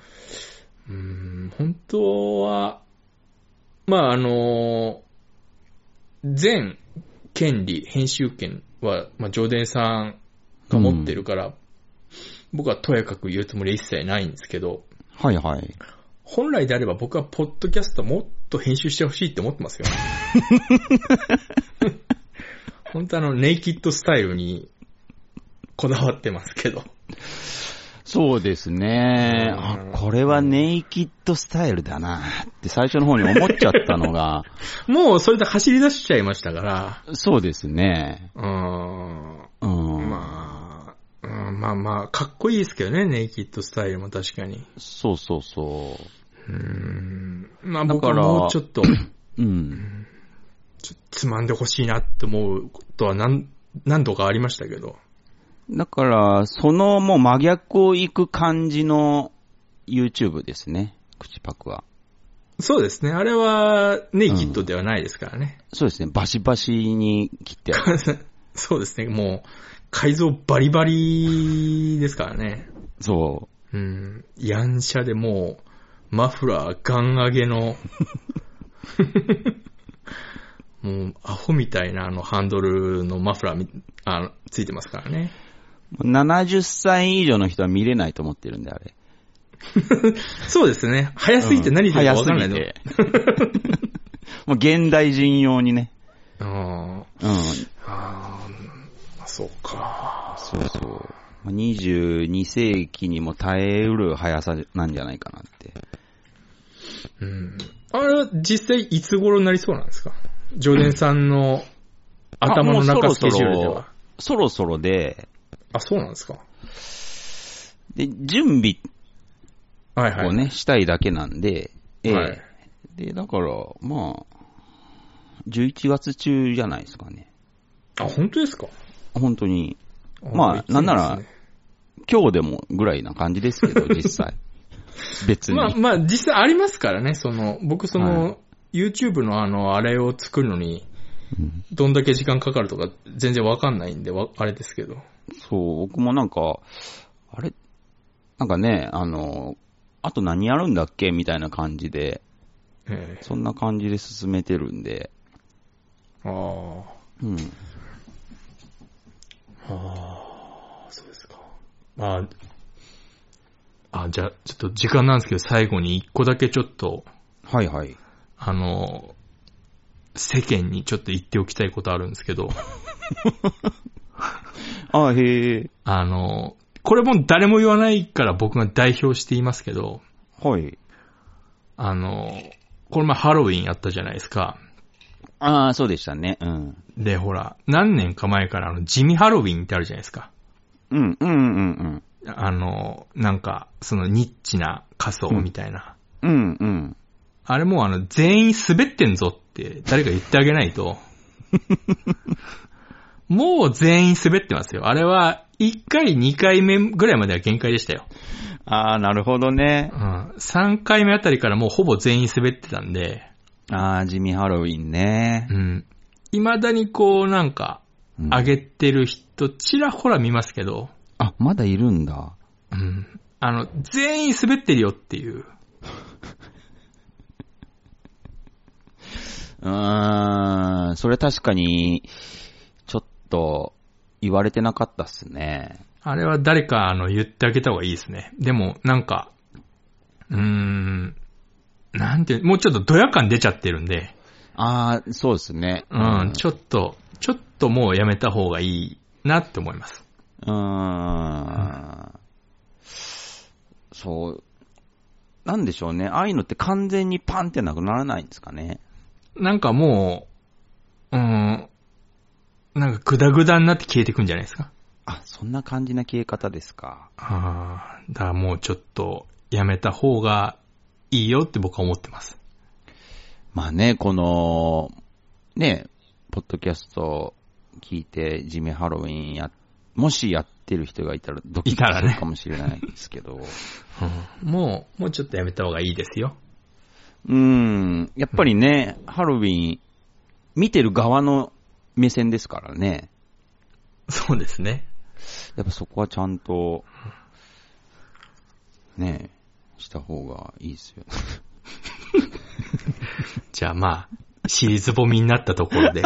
Speaker 1: うーん、本当は、まああの、全権利、編集権は、まあ、上田さんが持ってるから、僕はとやかく言うつもりは一切ないんですけど、
Speaker 2: はいはい。
Speaker 1: 本来であれば僕はポッドキャストもっと編集してほしいって思って ますよ。本当あの、ネイキッドスタイルにこだわってますけど。
Speaker 2: そうですね。
Speaker 1: うん
Speaker 2: あ、これはネイキッドスタイルだなって最初の方に思っちゃったの が、
Speaker 1: もうそれで走り出しちゃいましたから、
Speaker 2: そうですね。
Speaker 1: うーん、
Speaker 2: うん。
Speaker 1: まあ、うん、まあまあ、かっこいいですけどね、ネイキッドスタイルも確かに。
Speaker 2: そうそうそう
Speaker 1: ーん、まあ
Speaker 2: だ
Speaker 1: 僕は
Speaker 2: から
Speaker 1: もうちょっと、
Speaker 2: う。うん。
Speaker 1: つまんでほしいなって思うことは何、何度かありましたけど。
Speaker 2: だから、そのもう真逆を行く感じの YouTube ですね。口パクは。
Speaker 1: そうですね。あれは、ネイキッドではないですからね。
Speaker 2: そうですね。バシバシに切って ある。
Speaker 1: そうですね。もう、改造バリバリですからね。
Speaker 2: そう。
Speaker 1: うん。やんしゃでもう、マフラーガン上げの、 もう、アホみたいなあのハンドルのマフラーみあのついてますからね。
Speaker 2: 70歳以上の人は見れないと思ってるんで、あれ。
Speaker 1: そうですね。早すぎて何言ってるか分かんないの。
Speaker 2: 早すぎて もう現代人用にね。
Speaker 1: うん。
Speaker 2: うん。
Speaker 1: あーそうか。
Speaker 2: そうそう。まあ22世紀にも耐えうる速さなんじゃないかなって。
Speaker 1: うん。あれは実際いつ頃になりそうなんですかジョーデンさんの頭の
Speaker 2: あも
Speaker 1: 中
Speaker 2: う
Speaker 1: ス
Speaker 2: そ
Speaker 1: ケ
Speaker 2: ろそ
Speaker 1: ジュールで
Speaker 2: ろ
Speaker 1: は。、
Speaker 2: そろそろで、
Speaker 1: あ、そうなんですか
Speaker 2: で、準備
Speaker 1: はいはい。
Speaker 2: をね、したいだけなんで、ええ
Speaker 1: はい
Speaker 2: で、だから、まあ、11月中じゃないですかね。
Speaker 1: あ、本当ですか
Speaker 2: 本当に。まあなんなら、今日でもぐらいな感じです けど、実際。別に。
Speaker 1: まあまあ実際ありますからね、その、僕その、
Speaker 2: は
Speaker 1: YouTube のあの、あれを作るのに、
Speaker 2: うん
Speaker 1: どんだけ時間かかるとか全然わかんないんで、わあれですけど。
Speaker 2: そう、僕もなんか、あれなんかね、あの、あと何やるんだっけみたいな感じで、
Speaker 1: ええ
Speaker 2: そんな感じで進めてるんで、
Speaker 1: あ
Speaker 2: うん。
Speaker 1: あ。ああ、そうですか。まあ、あ、じゃあ、ちょっと時間なんですけど、最後に一個だけちょっと、
Speaker 2: はいはい。
Speaker 1: あの、世間にちょっと言っておきたいことあるんですけど、
Speaker 2: あへえ。
Speaker 1: あの、これも誰も言わないから僕が代表して言いますけど、
Speaker 2: はい。
Speaker 1: あの、この前ハロウィンやったじゃないですか。
Speaker 2: ああ、そうでしたね。うん。
Speaker 1: で、ほら、何年か前からあの、地味ハロウィンってあるじゃないですか。
Speaker 2: うん、うん、うん、
Speaker 1: あの、なんか、そのニッチな仮装みたいな。
Speaker 2: うん。うん、うん。
Speaker 1: あれもうあの、全員滑ってんぞって誰か言ってあげないと。もう全員滑ってますよ。あれは、1回、2回目ぐらいまでは限界でしたよ。
Speaker 2: ああ、なるほどね
Speaker 1: う。ん。3回目あたりからもうほぼ全員滑ってたんで、
Speaker 2: ああ、地味ハロウィンね
Speaker 1: う。ん。未だにこう、なんか、
Speaker 2: うん
Speaker 1: 上げてる人、ちらほら見ますけど、
Speaker 2: あ、まだいるんだ。
Speaker 1: うん。あの、全員滑ってるよっていう。
Speaker 2: うーん、それ確かに、ちょっと、言われてなかったっすね。
Speaker 1: あれは誰か、あの、言ってあげた方がいいですね。でも、なんか、うーん、なんて、もうちょっとドヤ感出ちゃってるんで、
Speaker 2: ああ、そうですね。
Speaker 1: うん、
Speaker 2: うん
Speaker 1: ちょっと、ちょっともうやめた方がいいなって思います。
Speaker 2: うーん。そう。なんでしょうね。ああいうのって完全にパンってなくならないんですかね。
Speaker 1: なんかもう、うーん、なんかグダグダになって消えてくんじゃないですか。
Speaker 2: あ、そんな感じな消え方ですか。
Speaker 1: ああ、だからもうちょっとやめた方がいいよって僕は思ってます。
Speaker 2: まあね、この、ね、ポッドキャスト聞いて、地味ハロウィンや、もしやってる人がいたら、ドキッと
Speaker 1: いたら
Speaker 2: す
Speaker 1: ね
Speaker 2: るかもしれないですけど、
Speaker 1: もう、もうちょっとやめた方がいいですよ。
Speaker 2: うーん、やっぱりね、ハロウィン、見てる側の目線ですからね、
Speaker 1: そうですね。
Speaker 2: やっぱそこはちゃんと、ね、した方がいいですよ。
Speaker 1: じゃあまあ、尻ズボミになったところで。